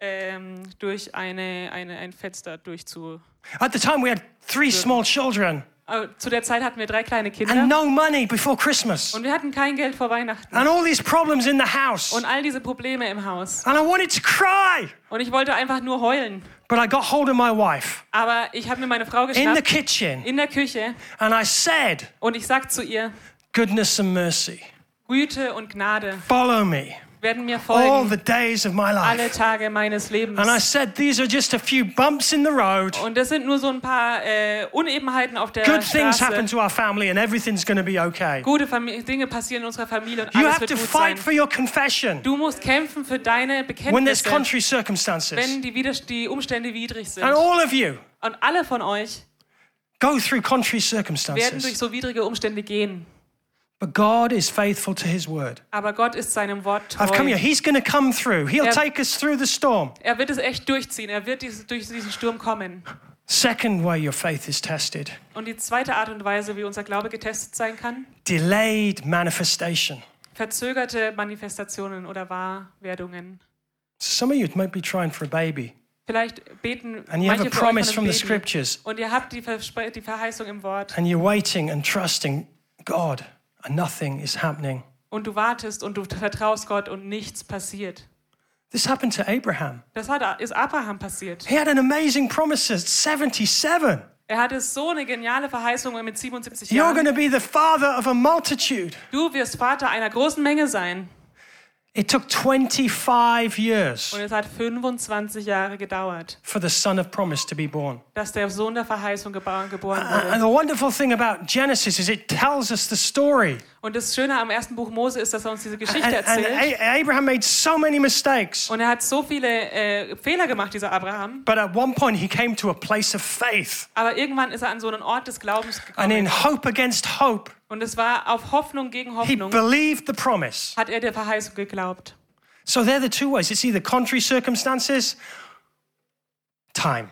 [SPEAKER 2] ähm, durch eine, eine ein Fenster durchzu.
[SPEAKER 3] At the time, we had three small children
[SPEAKER 2] Äh, zu der Zeit hatten wir drei kleine Kinder
[SPEAKER 3] and Ah, no money before Christmas,
[SPEAKER 2] und wir hatten kein Geld vor Weihnachten
[SPEAKER 3] and all these problems in the house.
[SPEAKER 2] und
[SPEAKER 3] And
[SPEAKER 2] all diese Probleme im Haus.
[SPEAKER 3] I wanted to cry,
[SPEAKER 2] Und ich wollte einfach nur heulen.
[SPEAKER 3] but I got hold of my wife
[SPEAKER 2] Aber ich habe mir meine Frau
[SPEAKER 3] in the
[SPEAKER 2] geschnappt
[SPEAKER 3] kitchen,
[SPEAKER 2] in der Küche
[SPEAKER 3] and I said,
[SPEAKER 2] und ich sag zu ihr,
[SPEAKER 3] Goodness and mercy
[SPEAKER 2] Güte und Gnade
[SPEAKER 3] follow me
[SPEAKER 2] werden mir
[SPEAKER 3] all
[SPEAKER 2] folgen
[SPEAKER 3] the days of my
[SPEAKER 2] alle
[SPEAKER 3] life.
[SPEAKER 2] Tage meines
[SPEAKER 3] And I
[SPEAKER 2] Lebens.
[SPEAKER 3] said, These are just a few bumps in the road.
[SPEAKER 2] Und das sind nur so ein paar äh, Unebenheiten auf der
[SPEAKER 3] Good things happen
[SPEAKER 2] Straße.
[SPEAKER 3] to our family, and everything's going to be okay.
[SPEAKER 2] Gute Fam Dinge passieren in unserer Familie und
[SPEAKER 3] You
[SPEAKER 2] alles
[SPEAKER 3] have
[SPEAKER 2] wird
[SPEAKER 3] to
[SPEAKER 2] gut sein.
[SPEAKER 3] fight for your confession
[SPEAKER 2] Du musst kämpfen für deine
[SPEAKER 3] when there's
[SPEAKER 2] Bekenntnisse,
[SPEAKER 3] contrary circumstances.
[SPEAKER 2] wenn die, Widers- die Umstände widrig sind.
[SPEAKER 3] And all of you
[SPEAKER 2] Und alle von euch
[SPEAKER 3] go through
[SPEAKER 2] werden
[SPEAKER 3] contrary
[SPEAKER 2] durch
[SPEAKER 3] circumstances.
[SPEAKER 2] so widrige Umstände gehen.
[SPEAKER 3] But God is faithful to his word.
[SPEAKER 2] Aber Gott ist seinem Wort
[SPEAKER 3] I've come here.
[SPEAKER 2] treu.
[SPEAKER 3] He's going to come through. He'll
[SPEAKER 2] Yeah.
[SPEAKER 3] take us through the storm.
[SPEAKER 2] Er wird es echt durchziehen. Er wird dies, durch diesen Sturm kommen.
[SPEAKER 3] Second way your faith is tested
[SPEAKER 2] Und die zweite Art und Weise, wie unser Glaube getestet sein kann,
[SPEAKER 3] delayed manifestation.
[SPEAKER 2] verzögerte Manifestationen oder Wahrwerdungen.
[SPEAKER 3] Some of you might be trying for a baby.
[SPEAKER 2] Vielleicht beten
[SPEAKER 3] And you have
[SPEAKER 2] manche
[SPEAKER 3] a
[SPEAKER 2] von euch
[SPEAKER 3] promise
[SPEAKER 2] von
[SPEAKER 3] from
[SPEAKER 2] einem
[SPEAKER 3] the
[SPEAKER 2] Beten.
[SPEAKER 3] scriptures.
[SPEAKER 2] Und ihr habt die, Verspre die Verheißung im Wort.
[SPEAKER 3] and you're waiting and trusting God, and nothing is happening.
[SPEAKER 2] Und du wartest und du vertraust Gott und nichts passiert.
[SPEAKER 3] This happened to Abraham.
[SPEAKER 2] Das hat, ist Abraham passiert.
[SPEAKER 3] He had an amazing promise at 77.
[SPEAKER 2] Er hatte so eine geniale Verheißung mit 77
[SPEAKER 3] You're
[SPEAKER 2] Jahren.
[SPEAKER 3] going to be the father of a multitude.
[SPEAKER 2] Du wirst Vater einer großen Menge sein.
[SPEAKER 3] It took 25 years
[SPEAKER 2] Und es hat 25 Jahre gedauert,
[SPEAKER 3] for the son of promise to be born.
[SPEAKER 2] dass der Sohn der Verheißung geba- geboren
[SPEAKER 3] Uh, And
[SPEAKER 2] wurde.
[SPEAKER 3] and the wonderful thing about Genesis is it tells us the story.
[SPEAKER 2] Und das Schöne am ersten Buch Mose ist, dass er uns diese Geschichte
[SPEAKER 3] And, and
[SPEAKER 2] erzählt.
[SPEAKER 3] A- Abraham made so many mistakes,
[SPEAKER 2] Und er hat so viele äh, Fehler gemacht, dieser Abraham.
[SPEAKER 3] but at one point he came to a place of faith.
[SPEAKER 2] Aber irgendwann ist er an so einen Ort des Glaubens
[SPEAKER 3] And in
[SPEAKER 2] gekommen.
[SPEAKER 3] hope against hope,
[SPEAKER 2] Und es war auf Hoffnung gegen
[SPEAKER 3] he
[SPEAKER 2] Hoffnung,
[SPEAKER 3] believed the promise.
[SPEAKER 2] hat er der Verheißung geglaubt.
[SPEAKER 3] So they're the two ways. It's either contrary circumstances, time.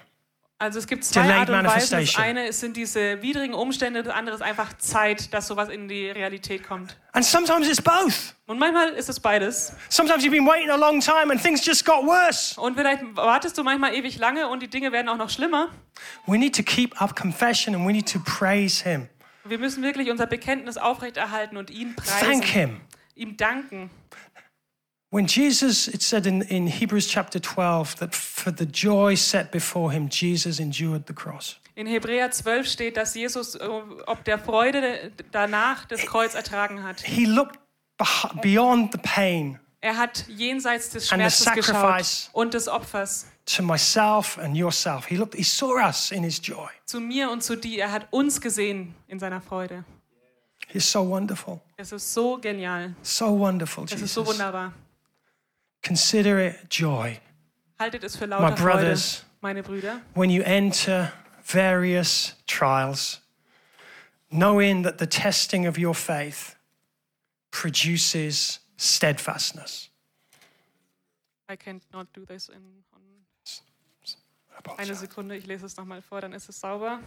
[SPEAKER 2] Also es gibt zwei Art
[SPEAKER 3] Delayed
[SPEAKER 2] und Weisen. Das
[SPEAKER 3] manifestation.
[SPEAKER 2] eine es sind diese widrigen Umstände, das andere ist einfach Zeit, dass sowas in die Realität kommt.
[SPEAKER 3] And sometimes it's both.
[SPEAKER 2] Und manchmal ist es beides.
[SPEAKER 3] Sometimes you've been waiting a long time and things just got worse.
[SPEAKER 2] Und vielleicht wartest du manchmal ewig lange und die Dinge werden auch noch schlimmer.
[SPEAKER 3] We need to keep our confession and we need to praise Him.
[SPEAKER 2] Wir müssen wirklich unser Bekenntnis aufrechterhalten und ihn preisen,
[SPEAKER 3] Thank Him.
[SPEAKER 2] ihm danken.
[SPEAKER 3] When Jesus, it said in, in Hebrews chapter 12 that for the joy set before Him, Jesus endured the cross.
[SPEAKER 2] In Hebräer 12 steht, dass Jesus äh, ob der Freude danach das Kreuz ertragen hat.
[SPEAKER 3] He looked beh- beyond the pain
[SPEAKER 2] Er hat jenseits des
[SPEAKER 3] And the
[SPEAKER 2] Schmerzes geschaut
[SPEAKER 3] sacrifice.
[SPEAKER 2] und des Opfers
[SPEAKER 3] to myself and yourself. He looked, He saw us in His joy.
[SPEAKER 2] zu mir und zu dir. Er hat uns gesehen in seiner Freude.
[SPEAKER 3] He's so wonderful.
[SPEAKER 2] Es ist so genial.
[SPEAKER 3] So wonderful,
[SPEAKER 2] Es
[SPEAKER 3] Jesus.
[SPEAKER 2] ist so wunderbar.
[SPEAKER 3] Consider it joy
[SPEAKER 2] Haltet es für lauter
[SPEAKER 3] My brothers.
[SPEAKER 2] Freude, meine Brüder,
[SPEAKER 3] when you enter various trials, knowing that the testing of your faith produces steadfastness.
[SPEAKER 2] I can't not do this in on
[SPEAKER 3] I
[SPEAKER 2] eine
[SPEAKER 3] apologize.
[SPEAKER 2] Sekunde. Ich lese es nochmal vor, dann ist es sauber.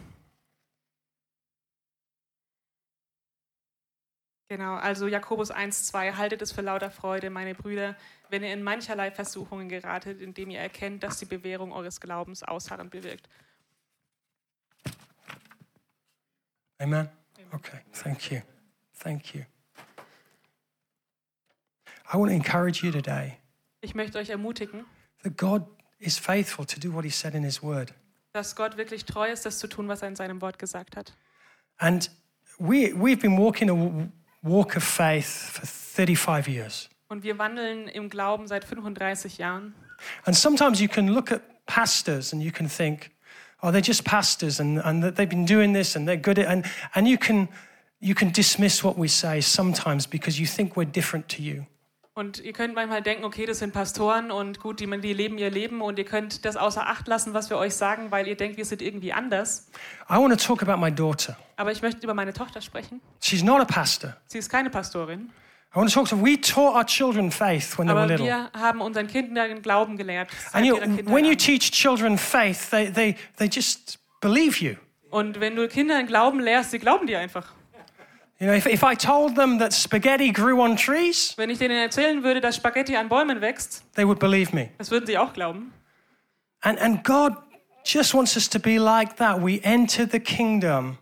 [SPEAKER 2] Genau, also Jakobus 1,2, haltet es für lauter Freude, meine Brüder, wenn ihr in mancherlei Versuchungen geratet, indem ihr erkennt, dass die Bewährung eures Glaubens Ausharren bewirkt.
[SPEAKER 3] Amen? Okay, thank you. Thank you. I want to encourage you today
[SPEAKER 2] Ich möchte euch ermutigen,
[SPEAKER 3] that God is faithful to do what He said in His Word.
[SPEAKER 2] dass Gott wirklich treu ist, das zu tun, was er in seinem Wort gesagt hat.
[SPEAKER 3] And we, we've been walking a w- walk of faith for 35 years.
[SPEAKER 2] Und wir wandeln im Glauben seit 35 Jahren.
[SPEAKER 3] And sometimes you can look at pastors and you can think, oh, they're just pastors and, and that they've been doing this and they're good at and and you can you can dismiss what we say sometimes because you think we're different to you.
[SPEAKER 2] Und ihr könnt manchmal denken, okay, das sind Pastoren und gut, die, die leben ihr Leben und ihr könnt das außer Acht lassen, was wir euch sagen, weil ihr denkt, wir sind irgendwie anders.
[SPEAKER 3] I want to talk about my daughter.
[SPEAKER 2] Aber ich möchte über meine Tochter sprechen.
[SPEAKER 3] She's not a pastor.
[SPEAKER 2] Sie ist keine Pastorin,
[SPEAKER 3] I want to talk to we taught our children faith when they were
[SPEAKER 2] aber
[SPEAKER 3] little.
[SPEAKER 2] wir haben unseren Kindern Glauben gelehrt. seit
[SPEAKER 3] And you,
[SPEAKER 2] ihrer Kindheit
[SPEAKER 3] when you
[SPEAKER 2] an.
[SPEAKER 3] teach children faith, they, they, they just believe you.
[SPEAKER 2] Und wenn du Kindern Glauben lehrst, sie glauben dir einfach.
[SPEAKER 3] You know, if, if I told them that spaghetti grew on trees,
[SPEAKER 2] Wenn ich denen erzählen würde, dass Spaghetti an Bäumen wächst,
[SPEAKER 3] they would believe me.
[SPEAKER 2] das würden sie auch glauben.
[SPEAKER 3] And, and God just wants us to be like that. We enter the kingdom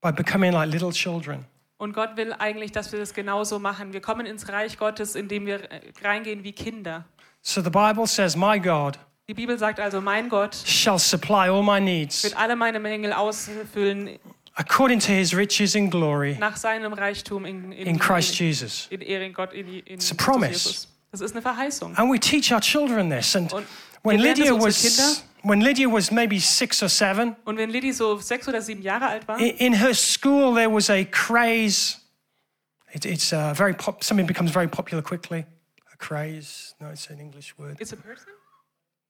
[SPEAKER 3] by becoming like little children.
[SPEAKER 2] Und Gott will eigentlich, dass wir das genauso machen. Wir kommen ins Reich Gottes, indem wir äh, reingehen wie Kinder.
[SPEAKER 3] So the Bible says, My God
[SPEAKER 2] Die Bibel sagt also, mein Gott
[SPEAKER 3] shall supply all my needs
[SPEAKER 2] wird alle meine Mängel ausfüllen
[SPEAKER 3] according to his riches in glory
[SPEAKER 2] nach seinem Reichtum in, in,
[SPEAKER 3] in Christ Jesus.
[SPEAKER 2] in, in Ehren Gott in, in
[SPEAKER 3] a
[SPEAKER 2] Christus
[SPEAKER 3] promise. Ah.
[SPEAKER 2] Jesus. Das ist eine Verheißung.
[SPEAKER 3] And we teach our children this. And
[SPEAKER 2] Und
[SPEAKER 3] when
[SPEAKER 2] wir lernen das
[SPEAKER 3] Lydia
[SPEAKER 2] unsere
[SPEAKER 3] was,
[SPEAKER 2] Kinder.
[SPEAKER 3] when Lydia was maybe six or seven,
[SPEAKER 2] Und wenn Lydie so sechs oder sieben Jahre alt war,
[SPEAKER 3] i- in her school there was a craze. It, it's uh, very pop, something becomes very popular quickly. A craze. No, it's an English word.
[SPEAKER 2] it's a person?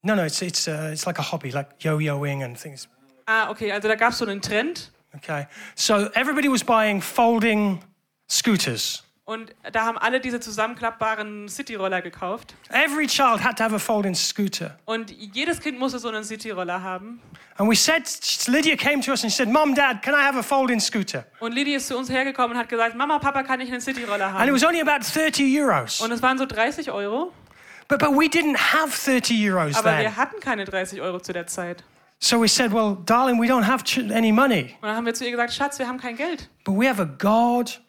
[SPEAKER 3] No, no, it's it's uh, it's like a hobby, like yo-yoing and things.
[SPEAKER 2] Ah, okay, also da gab es so einen Trend
[SPEAKER 3] Okay, so everybody was buying folding scooters.
[SPEAKER 2] und da haben alle diese zusammenklappbaren Cityroller gekauft.
[SPEAKER 3] Every child had to have a folding scooter.
[SPEAKER 2] Und jedes Kind musste so einen Cityroller haben.
[SPEAKER 3] And we said, Lydia came to us and she said, "Mom, Dad, can I have a folding scooter?"
[SPEAKER 2] Und Lydie ist zu uns hergekommen und hat gesagt, Mama, Papa, kann ich einen Cityroller
[SPEAKER 3] And it
[SPEAKER 2] haben?
[SPEAKER 3] was only about 30 euros.
[SPEAKER 2] Und es waren so 30 Euro.
[SPEAKER 3] But, but we didn't have 30 euros
[SPEAKER 2] Aber
[SPEAKER 3] then.
[SPEAKER 2] wir hatten keine 30 Euro zu der Zeit.
[SPEAKER 3] So we said, Well, darling, we don't have ch- any money,
[SPEAKER 2] Und dann haben wir zu ihr gesagt, Schatz, wir haben kein Geld.
[SPEAKER 3] but we have a God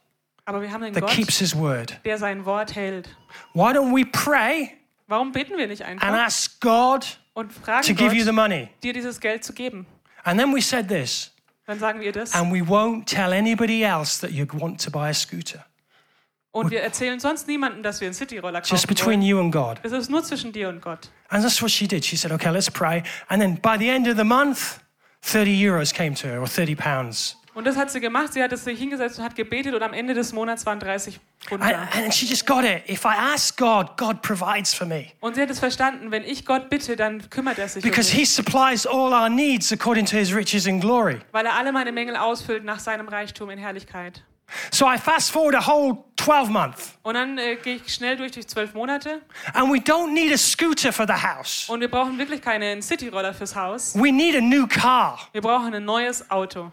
[SPEAKER 2] Aber wir haben einen
[SPEAKER 3] that
[SPEAKER 2] Gott,
[SPEAKER 3] keeps his word.
[SPEAKER 2] der sein Wort hält.
[SPEAKER 3] Why don't we pray
[SPEAKER 2] Warum beten wir nicht
[SPEAKER 3] and
[SPEAKER 2] einfach
[SPEAKER 3] ask God
[SPEAKER 2] und fragen
[SPEAKER 3] to give you the
[SPEAKER 2] Gott,
[SPEAKER 3] money?
[SPEAKER 2] dir dieses Geld zu geben?
[SPEAKER 3] And then we said this,
[SPEAKER 2] Dann sagen wir ihr das.
[SPEAKER 3] and we won't tell anybody else that you'd want to buy a scooter.
[SPEAKER 2] Und wir erzählen sonst niemandem, dass wir einen Cityroller kaufen
[SPEAKER 3] Just between
[SPEAKER 2] wollen.
[SPEAKER 3] you and God.
[SPEAKER 2] Es ist nur zwischen dir und Gott.
[SPEAKER 3] And that's what she did. She said, okay, let's pray. And then by the end of the month, 30 euros came to her, or 30 pounds.
[SPEAKER 2] Und das hat sie gemacht. Sie hat es sich hingesetzt und hat gebetet und am Ende des Monats waren 30 Pfund
[SPEAKER 3] And,
[SPEAKER 2] da.
[SPEAKER 3] and she just got it. If I ask God, God provides for me
[SPEAKER 2] Und sie hat es verstanden, wenn ich Gott bitte, dann kümmert er sich um
[SPEAKER 3] because
[SPEAKER 2] mich.
[SPEAKER 3] He supplies all our needs according to His riches and glory.
[SPEAKER 2] Weil er alle meine Mängel ausfüllt nach seinem Reichtum in Herrlichkeit.
[SPEAKER 3] So I fast forward a whole 12 month,
[SPEAKER 2] Und dann äh, gehe ich schnell durch die zwölf Monate.
[SPEAKER 3] and we don't need a scooter for the house.
[SPEAKER 2] Und wir brauchen wirklich keinen Cityroller fürs Haus.
[SPEAKER 3] We need a new car.
[SPEAKER 2] Wir brauchen ein neues Auto.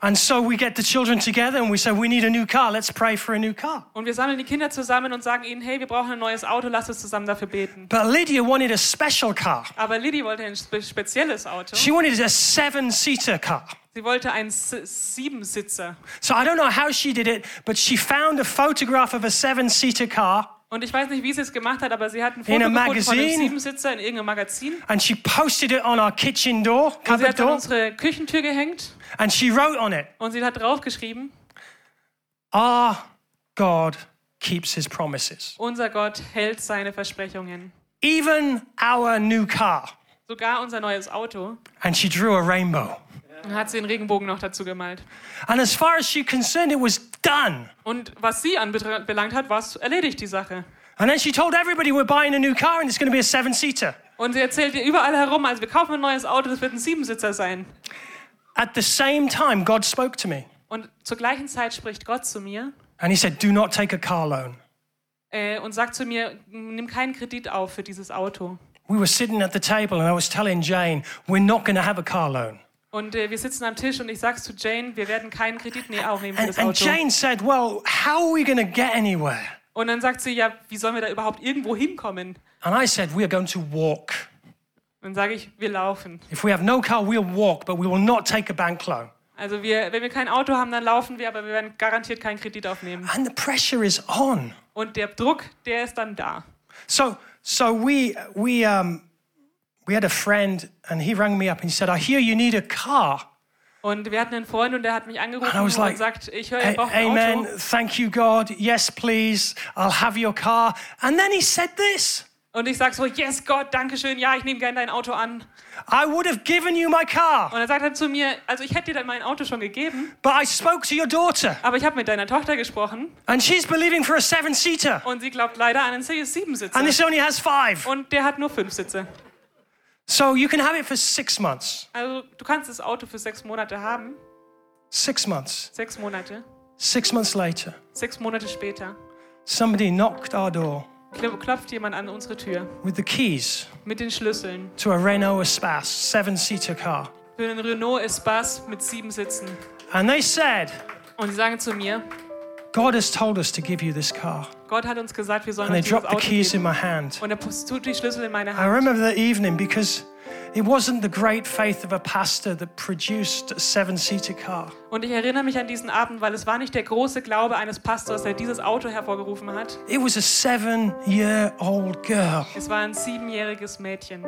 [SPEAKER 3] And so we get the children together and we say, We need a new car. Let's pray for a new car.
[SPEAKER 2] Und wir sammeln die Kinder zusammen und sagen ihnen, hey, wir brauchen ein neues Auto, lasst uns zusammen dafür beten.
[SPEAKER 3] But Lydia wanted a special car.
[SPEAKER 2] Aber Liddy wollte ein spe spezielles Auto.
[SPEAKER 3] She wanted a seven seater car.
[SPEAKER 2] Sie wollte einen S- Siebensitzer.
[SPEAKER 3] So I don't know how she did it, but she found a photograph of a seven seater car
[SPEAKER 2] Und ich weiß nicht, wie sie es gemacht hat, aber sie hat ein
[SPEAKER 3] In
[SPEAKER 2] Foto
[SPEAKER 3] a
[SPEAKER 2] gefunden von einem
[SPEAKER 3] magazine?
[SPEAKER 2] Siebensitzer in irgendeinem Magazin.
[SPEAKER 3] and she posted it on our kitchen door,
[SPEAKER 2] Und sie
[SPEAKER 3] cupboard
[SPEAKER 2] hat an
[SPEAKER 3] door,
[SPEAKER 2] unsere Küchentür gehängt
[SPEAKER 3] and she wrote on it,
[SPEAKER 2] und sie hat draufgeschrieben,
[SPEAKER 3] Our God keeps his promises.
[SPEAKER 2] unser Gott hält seine Versprechungen.
[SPEAKER 3] Even our new car.
[SPEAKER 2] Sogar unser neues Auto.
[SPEAKER 3] And she drew a rainbow.
[SPEAKER 2] Dann hat sie den Regenbogen noch dazu gemalt.
[SPEAKER 3] And as far as she concerned, it was done.
[SPEAKER 2] Und was sie anbelangt hat, war es erledigt, die Sache.
[SPEAKER 3] And then she told everybody we're buying a new car and it's going to be a seven seater.
[SPEAKER 2] Und sie erzählt ihr überall herum, also wir kaufen ein neues Auto, das wird ein Siebensitzer sein.
[SPEAKER 3] At the same time, God spoke to me
[SPEAKER 2] Und zur gleichen Zeit spricht Gott zu mir
[SPEAKER 3] and he said, Do not take a car loan.
[SPEAKER 2] äh, und sagt zu mir, nimm keinen Kredit auf für dieses Auto.
[SPEAKER 3] We were sitting at the table and I was telling Jane, We're not going to have a car loan.
[SPEAKER 2] Und äh, wir sitzen am Tisch und ich sag's zu Jane, wir werden keinen Kredit nee, auch nehmen für
[SPEAKER 3] And,
[SPEAKER 2] das
[SPEAKER 3] and
[SPEAKER 2] Auto.
[SPEAKER 3] Jane said, Well, how are we going to get anywhere?
[SPEAKER 2] Und dann sagt sie, ja, wie sollen wir da überhaupt irgendwo hinkommen?
[SPEAKER 3] And I said, We are going to walk.
[SPEAKER 2] Dann sage ich, wir laufen.
[SPEAKER 3] If we have no car, we'll walk, but we will not take a bank loan.
[SPEAKER 2] Also wir, wenn wir kein Auto haben, dann laufen wir, aber wir werden garantiert keinen Kredit aufnehmen.
[SPEAKER 3] And the pressure is on.
[SPEAKER 2] Und der Druck, der ist dann da.
[SPEAKER 3] So, so we, we, um, we had a friend and he rang me up and he said, I hear you need a car.
[SPEAKER 2] Und wir hatten einen Freund und der hat mich angerufen
[SPEAKER 3] And I was like,
[SPEAKER 2] und sagt, ich höre, ihr braucht
[SPEAKER 3] A-
[SPEAKER 2] ein
[SPEAKER 3] Amen.
[SPEAKER 2] Auto.
[SPEAKER 3] Thank you, God. Yes, please. I'll have your car. And then he said this
[SPEAKER 2] Und ich sag so, yes Gott, danke schön, ja, ich nehme gerne dein Auto an.
[SPEAKER 3] I would have given you my car,
[SPEAKER 2] Und er sagt dann zu mir, also ich hätte dir dann mein Auto schon gegeben,
[SPEAKER 3] but I spoke to your daughter,
[SPEAKER 2] aber ich habe mit deiner Tochter gesprochen
[SPEAKER 3] and she's believing for a seven seater,
[SPEAKER 2] und sie glaubt leider an einen C7-Sitzer.
[SPEAKER 3] and this only has five.
[SPEAKER 2] Und der hat nur fünf Sitze.
[SPEAKER 3] So you can have it for six months.
[SPEAKER 2] Also du kannst das Auto für sechs Monate haben.
[SPEAKER 3] Six months.
[SPEAKER 2] Sechs Monate.
[SPEAKER 3] Six months later,
[SPEAKER 2] Sechs Monate später
[SPEAKER 3] somebody knocked our door
[SPEAKER 2] kl- klopft jemand an unsere Tür
[SPEAKER 3] with the keys
[SPEAKER 2] mit den Schlüsseln
[SPEAKER 3] to a Renault Espace seven seater car.
[SPEAKER 2] für einen Renault Espace mit sieben Sitzen.
[SPEAKER 3] And they said,
[SPEAKER 2] Und sie sagen zu mir,
[SPEAKER 3] God has told us to give you this car.
[SPEAKER 2] Gott hat uns gesagt, wir sollen
[SPEAKER 3] And they
[SPEAKER 2] uns dieses
[SPEAKER 3] dropped the
[SPEAKER 2] Auto
[SPEAKER 3] keys in
[SPEAKER 2] geben.
[SPEAKER 3] my hand.
[SPEAKER 2] Und er pust- tut die Schlüssel in meine
[SPEAKER 3] I
[SPEAKER 2] Hand.
[SPEAKER 3] remember that evening because it wasn't the great faith of a pastor that produced a seven seater car.
[SPEAKER 2] Und ich erinnere mich an diesen Abend, weil es war nicht der große Glaube eines Pastors, der dieses Auto hervorgerufen hat.
[SPEAKER 3] It was a seven year old girl
[SPEAKER 2] Es war ein siebenjähriges Mädchen,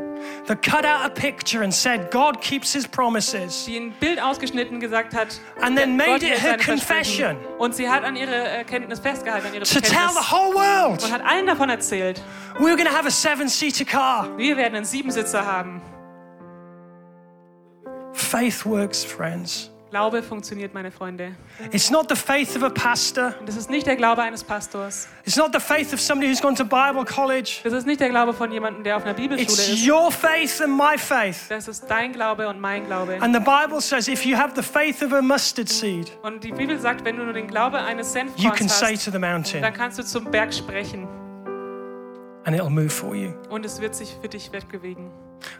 [SPEAKER 3] that cut out a picture and said, God keeps his promises.
[SPEAKER 2] die ein Bild ausgeschnitten gesagt hat.
[SPEAKER 3] And then
[SPEAKER 2] "Ja,
[SPEAKER 3] made
[SPEAKER 2] Gott
[SPEAKER 3] it
[SPEAKER 2] hält seine
[SPEAKER 3] her
[SPEAKER 2] Versprechen."
[SPEAKER 3] confession.
[SPEAKER 2] Und sie hat an ihre Erkenntnis festgehalten, an ihre
[SPEAKER 3] To tell the
[SPEAKER 2] Bekenntnis.
[SPEAKER 3] whole world,
[SPEAKER 2] Und hat allen davon erzählt,
[SPEAKER 3] we were going to have a seven seater car.
[SPEAKER 2] wir werden einen Siebensitzer haben.
[SPEAKER 3] Faith works, friends.
[SPEAKER 2] Glaube funktioniert, meine Freunde.
[SPEAKER 3] It's not the faith of a pastor.
[SPEAKER 2] Und das ist nicht der Glaube eines Pastors.
[SPEAKER 3] It's not the faith of somebody who's gone to Bible college.
[SPEAKER 2] Das ist nicht der Glaube von jemandem, der auf einer Bibelschule
[SPEAKER 3] It's
[SPEAKER 2] ist.
[SPEAKER 3] your faith and my faith.
[SPEAKER 2] Das ist dein Glaube und mein Glaube.
[SPEAKER 3] And the Bible says if you have the faith of a mustard seed,
[SPEAKER 2] Und die Bibel sagt, wenn du nur den Glaube eines
[SPEAKER 3] you can
[SPEAKER 2] Senfkorns
[SPEAKER 3] say
[SPEAKER 2] hast,
[SPEAKER 3] to the mountain,
[SPEAKER 2] dann kannst du zum Berg sprechen
[SPEAKER 3] and it'll move for you.
[SPEAKER 2] und es wird sich für dich wegbewegen.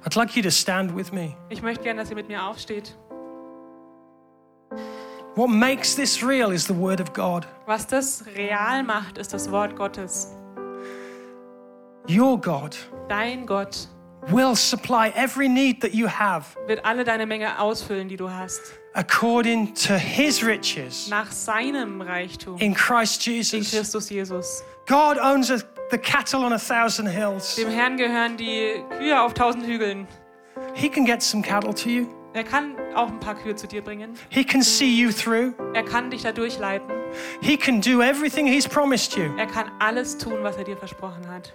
[SPEAKER 3] I'd like you to stand with me.
[SPEAKER 2] Ich möchte gerne, dass ihr mit mir aufsteht.
[SPEAKER 3] What makes this real is the Word of God.
[SPEAKER 2] Was das real macht, ist das Wort Gottes.
[SPEAKER 3] Your God
[SPEAKER 2] Dein Gott
[SPEAKER 3] will supply every need that you have
[SPEAKER 2] wird alle deine Menge ausfüllen, die du hast,
[SPEAKER 3] according to his riches
[SPEAKER 2] nach seinem Reichtum
[SPEAKER 3] in Christ
[SPEAKER 2] in
[SPEAKER 3] Jesus.
[SPEAKER 2] Christus Jesus.
[SPEAKER 3] God owns a, the cattle on a thousand hills.
[SPEAKER 2] Dem Herrn gehören die Kühe auf tausend Hügeln.
[SPEAKER 3] He can get some cattle to you.
[SPEAKER 2] Er kann auch ein paar Kühe zu dir bringen.
[SPEAKER 3] He can see you through.
[SPEAKER 2] Er kann dich da durchleiten.
[SPEAKER 3] He can do everything he's promised you.
[SPEAKER 2] Er kann alles tun, was er dir versprochen hat.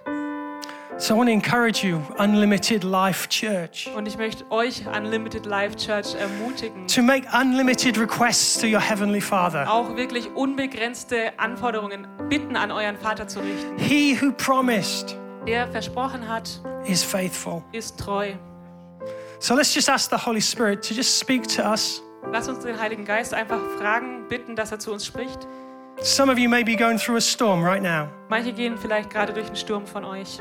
[SPEAKER 3] So I want to encourage you, Unlimited Life Church,
[SPEAKER 2] Und ich möchte euch, Unlimited Life Church, ermutigen,
[SPEAKER 3] to make unlimited requests to your Heavenly Father.
[SPEAKER 2] auch wirklich unbegrenzte Anforderungen, Bitten an euren Vater zu richten.
[SPEAKER 3] He who promised
[SPEAKER 2] Der versprochen hat,
[SPEAKER 3] is faithful.
[SPEAKER 2] ist treu.
[SPEAKER 3] So let's just ask the Holy Spirit to just speak to us.
[SPEAKER 2] Lass uns den Heiligen Geist einfach fragen, bitten, dass er zu uns spricht.
[SPEAKER 3] Some of you may be going through a storm right now.
[SPEAKER 2] Manche gehen vielleicht gerade durch den Sturm von euch.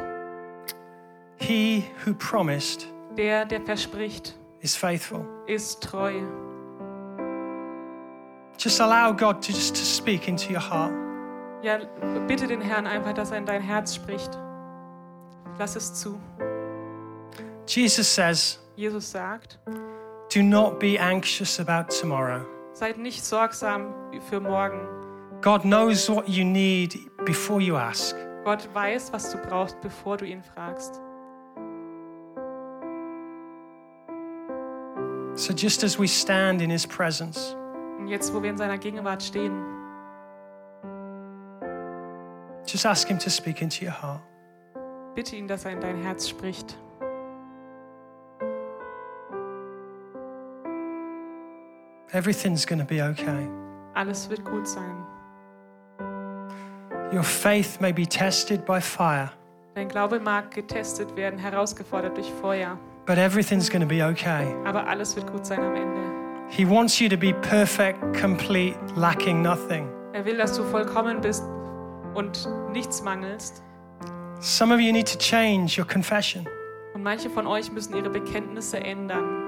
[SPEAKER 3] He who promised
[SPEAKER 2] Der, der verspricht,
[SPEAKER 3] is faithful.
[SPEAKER 2] ist treu.
[SPEAKER 3] Just allow God to just to speak into your heart.
[SPEAKER 2] Ja, bitte den Herrn einfach, dass er in dein Herz spricht. Lass es zu.
[SPEAKER 3] Jesus says,
[SPEAKER 2] Jesus sagt,
[SPEAKER 3] "Do not be anxious about tomorrow.
[SPEAKER 2] seid nicht sorgsam für morgen.
[SPEAKER 3] God knows what you need before you ask.
[SPEAKER 2] Gott weiß, was du brauchst, bevor du ihn fragst.
[SPEAKER 3] So just as we stand in his presence,
[SPEAKER 2] Und jetzt, wo wir in seiner Gegenwart stehen,
[SPEAKER 3] just ask him to speak into your heart.
[SPEAKER 2] bitte ihn, dass er in dein Herz spricht.
[SPEAKER 3] Everything's going to be okay.
[SPEAKER 2] Alles wird gut sein.
[SPEAKER 3] Your faith may be tested by fire,
[SPEAKER 2] Dein Glaube mag getestet werden, herausgefordert durch Feuer.
[SPEAKER 3] but everything's going to be okay.
[SPEAKER 2] Aber alles wird gut sein am Ende.
[SPEAKER 3] He wants you to be perfect, complete, lacking nothing.
[SPEAKER 2] Er will, dass du vollkommen bist und nichts mangelst.
[SPEAKER 3] Some of you need to change your confession.
[SPEAKER 2] Und manche von euch müssen ihre Bekenntnisse ändern.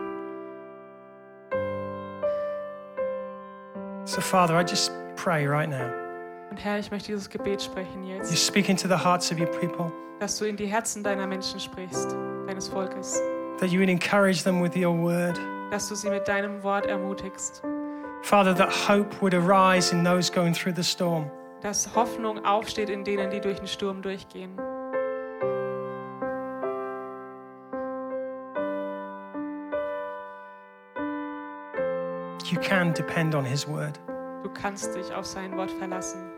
[SPEAKER 3] So, Father, I just pray right now.
[SPEAKER 2] Und Herr, ich möchte dieses Gebet sprechen
[SPEAKER 3] You
[SPEAKER 2] jetzt,
[SPEAKER 3] speak into the hearts of your people,
[SPEAKER 2] dass du in die Herzen deiner Menschen sprichst, deines Volkes,
[SPEAKER 3] that you would encourage them with your word.
[SPEAKER 2] dass du sie mit deinem Wort ermutigst,
[SPEAKER 3] Father, that hope would arise in those going through the storm.
[SPEAKER 2] dass Hoffnung aufsteht in denen, die durch den Sturm durchgehen.
[SPEAKER 3] You can depend on His word.
[SPEAKER 2] Du kannst dich auf sein Wort verlassen.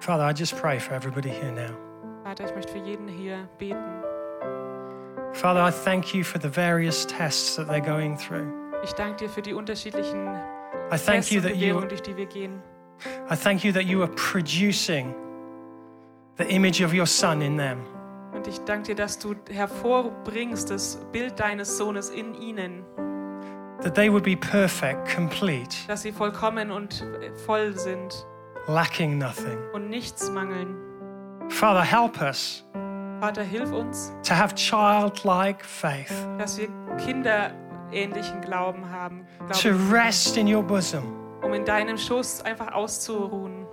[SPEAKER 3] Father, I just pray for everybody here now.
[SPEAKER 2] Vater, ich möchte für jeden hier beten.
[SPEAKER 3] Father, I thank you for the various tests that they're going through.
[SPEAKER 2] Ich danke dir für die unterschiedlichen
[SPEAKER 3] I thank
[SPEAKER 2] Tests
[SPEAKER 3] you
[SPEAKER 2] und
[SPEAKER 3] that you
[SPEAKER 2] Bewegungen, durch die wir gehen.
[SPEAKER 3] I thank you that you are producing the image of your son in them.
[SPEAKER 2] Und ich danke dir, dass du hervorbringst das Bild deines Sohnes in ihnen,
[SPEAKER 3] That they would be perfect, complete,
[SPEAKER 2] dass sie vollkommen und voll sind
[SPEAKER 3] lacking nothing.
[SPEAKER 2] und nichts mangeln.
[SPEAKER 3] Father, help us
[SPEAKER 2] Vater, hilf uns,
[SPEAKER 3] to have childlike faith,
[SPEAKER 2] dass wir kinderähnlichen Glauben haben,
[SPEAKER 3] to
[SPEAKER 2] Glauben,
[SPEAKER 3] rest in your bosom
[SPEAKER 2] um in deinem Schoß einfach auszuruhen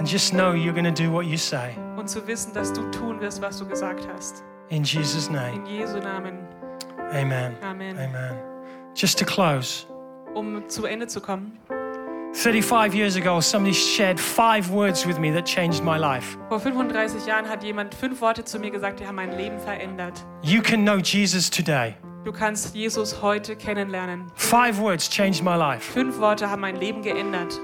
[SPEAKER 3] and just know you're going to do what you say.
[SPEAKER 2] und zu wissen, dass du tun wirst, was du gesagt hast.
[SPEAKER 3] In Jesus' name.
[SPEAKER 2] In Jesu Namen.
[SPEAKER 3] Amen.
[SPEAKER 2] Amen.
[SPEAKER 3] Amen. Just to close,
[SPEAKER 2] Um zu Ende zu kommen.
[SPEAKER 3] 35 years ago, somebody shared five words with me that changed my life.
[SPEAKER 2] Vor 35 Jahren hat jemand fünf Worte zu mir gesagt, die haben mein Leben verändert.
[SPEAKER 3] You can know Jesus today.
[SPEAKER 2] Du kannst Jesus heute kennenlernen.
[SPEAKER 3] Five words changed my life.
[SPEAKER 2] Fünf Worte haben mein Leben geändert.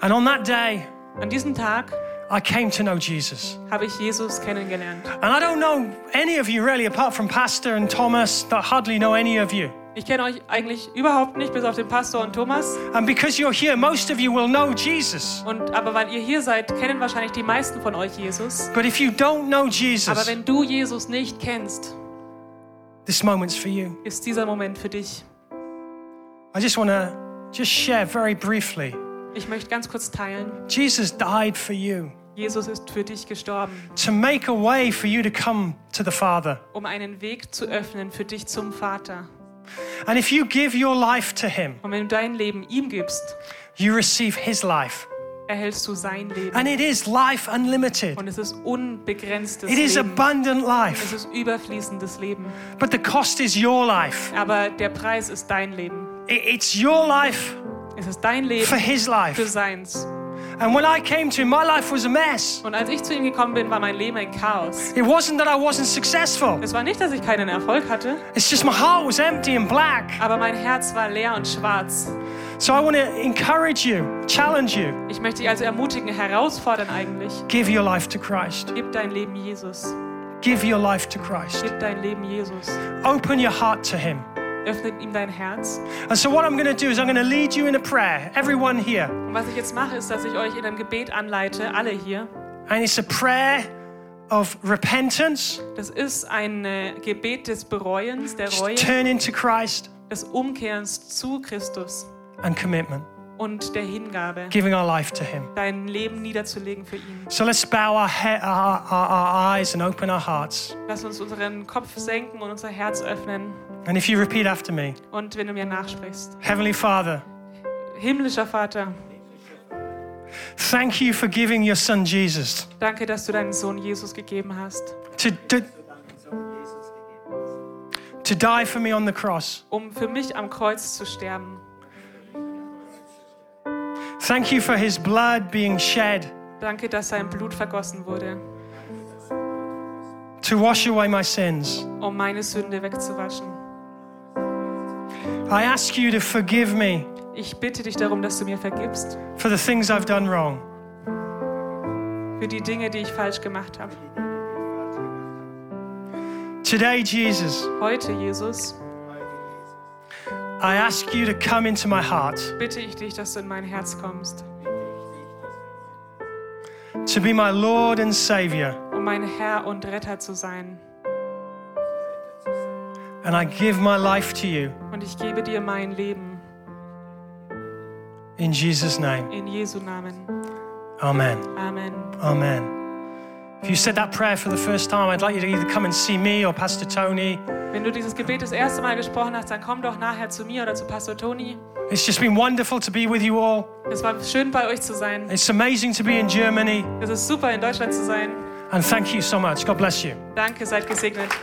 [SPEAKER 3] And on that day,
[SPEAKER 2] An diesem Tag
[SPEAKER 3] I came to know Jesus.
[SPEAKER 2] habe ich Jesus kennengelernt.
[SPEAKER 3] And I don't know any of you really, apart from Pastor and Thomas, that hardly know any of you.
[SPEAKER 2] Ich kenne euch eigentlich überhaupt nicht, bis auf den Pastor und Thomas.
[SPEAKER 3] And because you're here, most of you will know Jesus.
[SPEAKER 2] Und, aber weil ihr hier seid, kennen wahrscheinlich die meisten von euch Jesus.
[SPEAKER 3] But if you don't know
[SPEAKER 2] Aber
[SPEAKER 3] Jesus,
[SPEAKER 2] wenn du Jesus nicht kennst,
[SPEAKER 3] this moment's for you.
[SPEAKER 2] ist dieser Moment für dich.
[SPEAKER 3] I just want to just share very briefly.
[SPEAKER 2] Ich möchte ganz kurz teilen.
[SPEAKER 3] Jesus died for you
[SPEAKER 2] Jesus ist für dich gestorben,
[SPEAKER 3] to make a way for you to come to the Father.
[SPEAKER 2] um einen Weg zu öffnen für dich zum Vater.
[SPEAKER 3] And if you give your life to Him,
[SPEAKER 2] Und wenn du dein Leben ihm gibst,
[SPEAKER 3] you receive His life.
[SPEAKER 2] erhältst du sein Leben.
[SPEAKER 3] And it is life unlimited,
[SPEAKER 2] Und es ist unbegrenztes
[SPEAKER 3] it is
[SPEAKER 2] Leben.
[SPEAKER 3] abundant
[SPEAKER 2] Es
[SPEAKER 3] life.
[SPEAKER 2] ist überfließendes Leben.
[SPEAKER 3] But the cost is your life.
[SPEAKER 2] Aber der Preis ist dein Leben.
[SPEAKER 3] I- It's your life
[SPEAKER 2] Es ist dein
[SPEAKER 3] for
[SPEAKER 2] Leben
[SPEAKER 3] His
[SPEAKER 2] für
[SPEAKER 3] life.
[SPEAKER 2] seins.
[SPEAKER 3] And when I came to Him, my life was a mess.
[SPEAKER 2] Und als ich zu ihm gekommen bin, war mein Leben ein Chaos.
[SPEAKER 3] It wasn't that I wasn't successful,
[SPEAKER 2] Es war nicht, dass ich keinen Erfolg hatte,
[SPEAKER 3] it's just my heart was empty and black.
[SPEAKER 2] aber mein Herz war leer und schwarz.
[SPEAKER 3] So I want to encourage you, challenge you,
[SPEAKER 2] Ich möchte dich also ermutigen, herausfordern eigentlich.
[SPEAKER 3] give your life to Christ.
[SPEAKER 2] Gib dein Leben Jesus.
[SPEAKER 3] Give your life to Christ.
[SPEAKER 2] Gib dein Leben Jesus.
[SPEAKER 3] Open your heart to Him.
[SPEAKER 2] Öffnet ihm dein Herz.
[SPEAKER 3] And so, what I'm going to do is, I'm going to lead you in a prayer, everyone here.
[SPEAKER 2] Und was ich jetzt mache, ist, dass ich euch in einem Gebet anleite, alle hier.
[SPEAKER 3] And it's a prayer of repentance,
[SPEAKER 2] Das ist ein äh, Gebet des Bereuens, der Reue,
[SPEAKER 3] turning to Christ,
[SPEAKER 2] des Umkehrens zu Christus
[SPEAKER 3] and commitment,
[SPEAKER 2] und der Hingabe,
[SPEAKER 3] giving our life to Him.
[SPEAKER 2] dein Leben niederzulegen für ihn.
[SPEAKER 3] So, let's bow our, he- our, our, our eyes and open our hearts.
[SPEAKER 2] Lass uns unseren Kopf senken und unser Herz öffnen.
[SPEAKER 3] And if you repeat after me
[SPEAKER 2] Und wenn du mir nachsprichst,
[SPEAKER 3] Heavenly Father,
[SPEAKER 2] himmlischer Vater,
[SPEAKER 3] thank you for giving your Son Jesus
[SPEAKER 2] danke, dass du deinen Sohn Jesus gegeben hast,
[SPEAKER 3] to, to, to die for me on the cross.
[SPEAKER 2] um für mich am Kreuz zu sterben.
[SPEAKER 3] Thank you for His blood being shed
[SPEAKER 2] Danke, dass sein Blut vergossen wurde,
[SPEAKER 3] to wash away my sins.
[SPEAKER 2] um meine Sünde wegzuwaschen.
[SPEAKER 3] I ask you to forgive me
[SPEAKER 2] Ich bitte dich darum, dass du mir vergibst
[SPEAKER 3] for the things I've done wrong.
[SPEAKER 2] für die Dinge, die ich falsch gemacht habe.
[SPEAKER 3] Today, Jesus,
[SPEAKER 2] Heute, Jesus,
[SPEAKER 3] I ask you to come into my heart,
[SPEAKER 2] bitte ich dich, dass du in mein Herz kommst,
[SPEAKER 3] to be my Lord and Savior,
[SPEAKER 2] um mein Herr und Retter zu sein.
[SPEAKER 3] and I give my life to you
[SPEAKER 2] Und ich gebe dir mein Leben.
[SPEAKER 3] in Jesus' name.
[SPEAKER 2] In Jesu Namen.
[SPEAKER 3] Amen.
[SPEAKER 2] Amen.
[SPEAKER 3] Amen. If you said that prayer for the first time, I'd like you to either come and see me or Pastor Tony.
[SPEAKER 2] Wenn du dieses Gebet das erste Mal gesprochen hast, dann komm doch nachher zu mir oder zu Pastor Toni.
[SPEAKER 3] It's just been wonderful to be with you all.
[SPEAKER 2] Es war schön, bei euch zu sein.
[SPEAKER 3] It's amazing to be in Germany,
[SPEAKER 2] Es ist super, in Deutschland zu sein.
[SPEAKER 3] and thank you so much. God bless you.
[SPEAKER 2] Danke, seid gesegnet.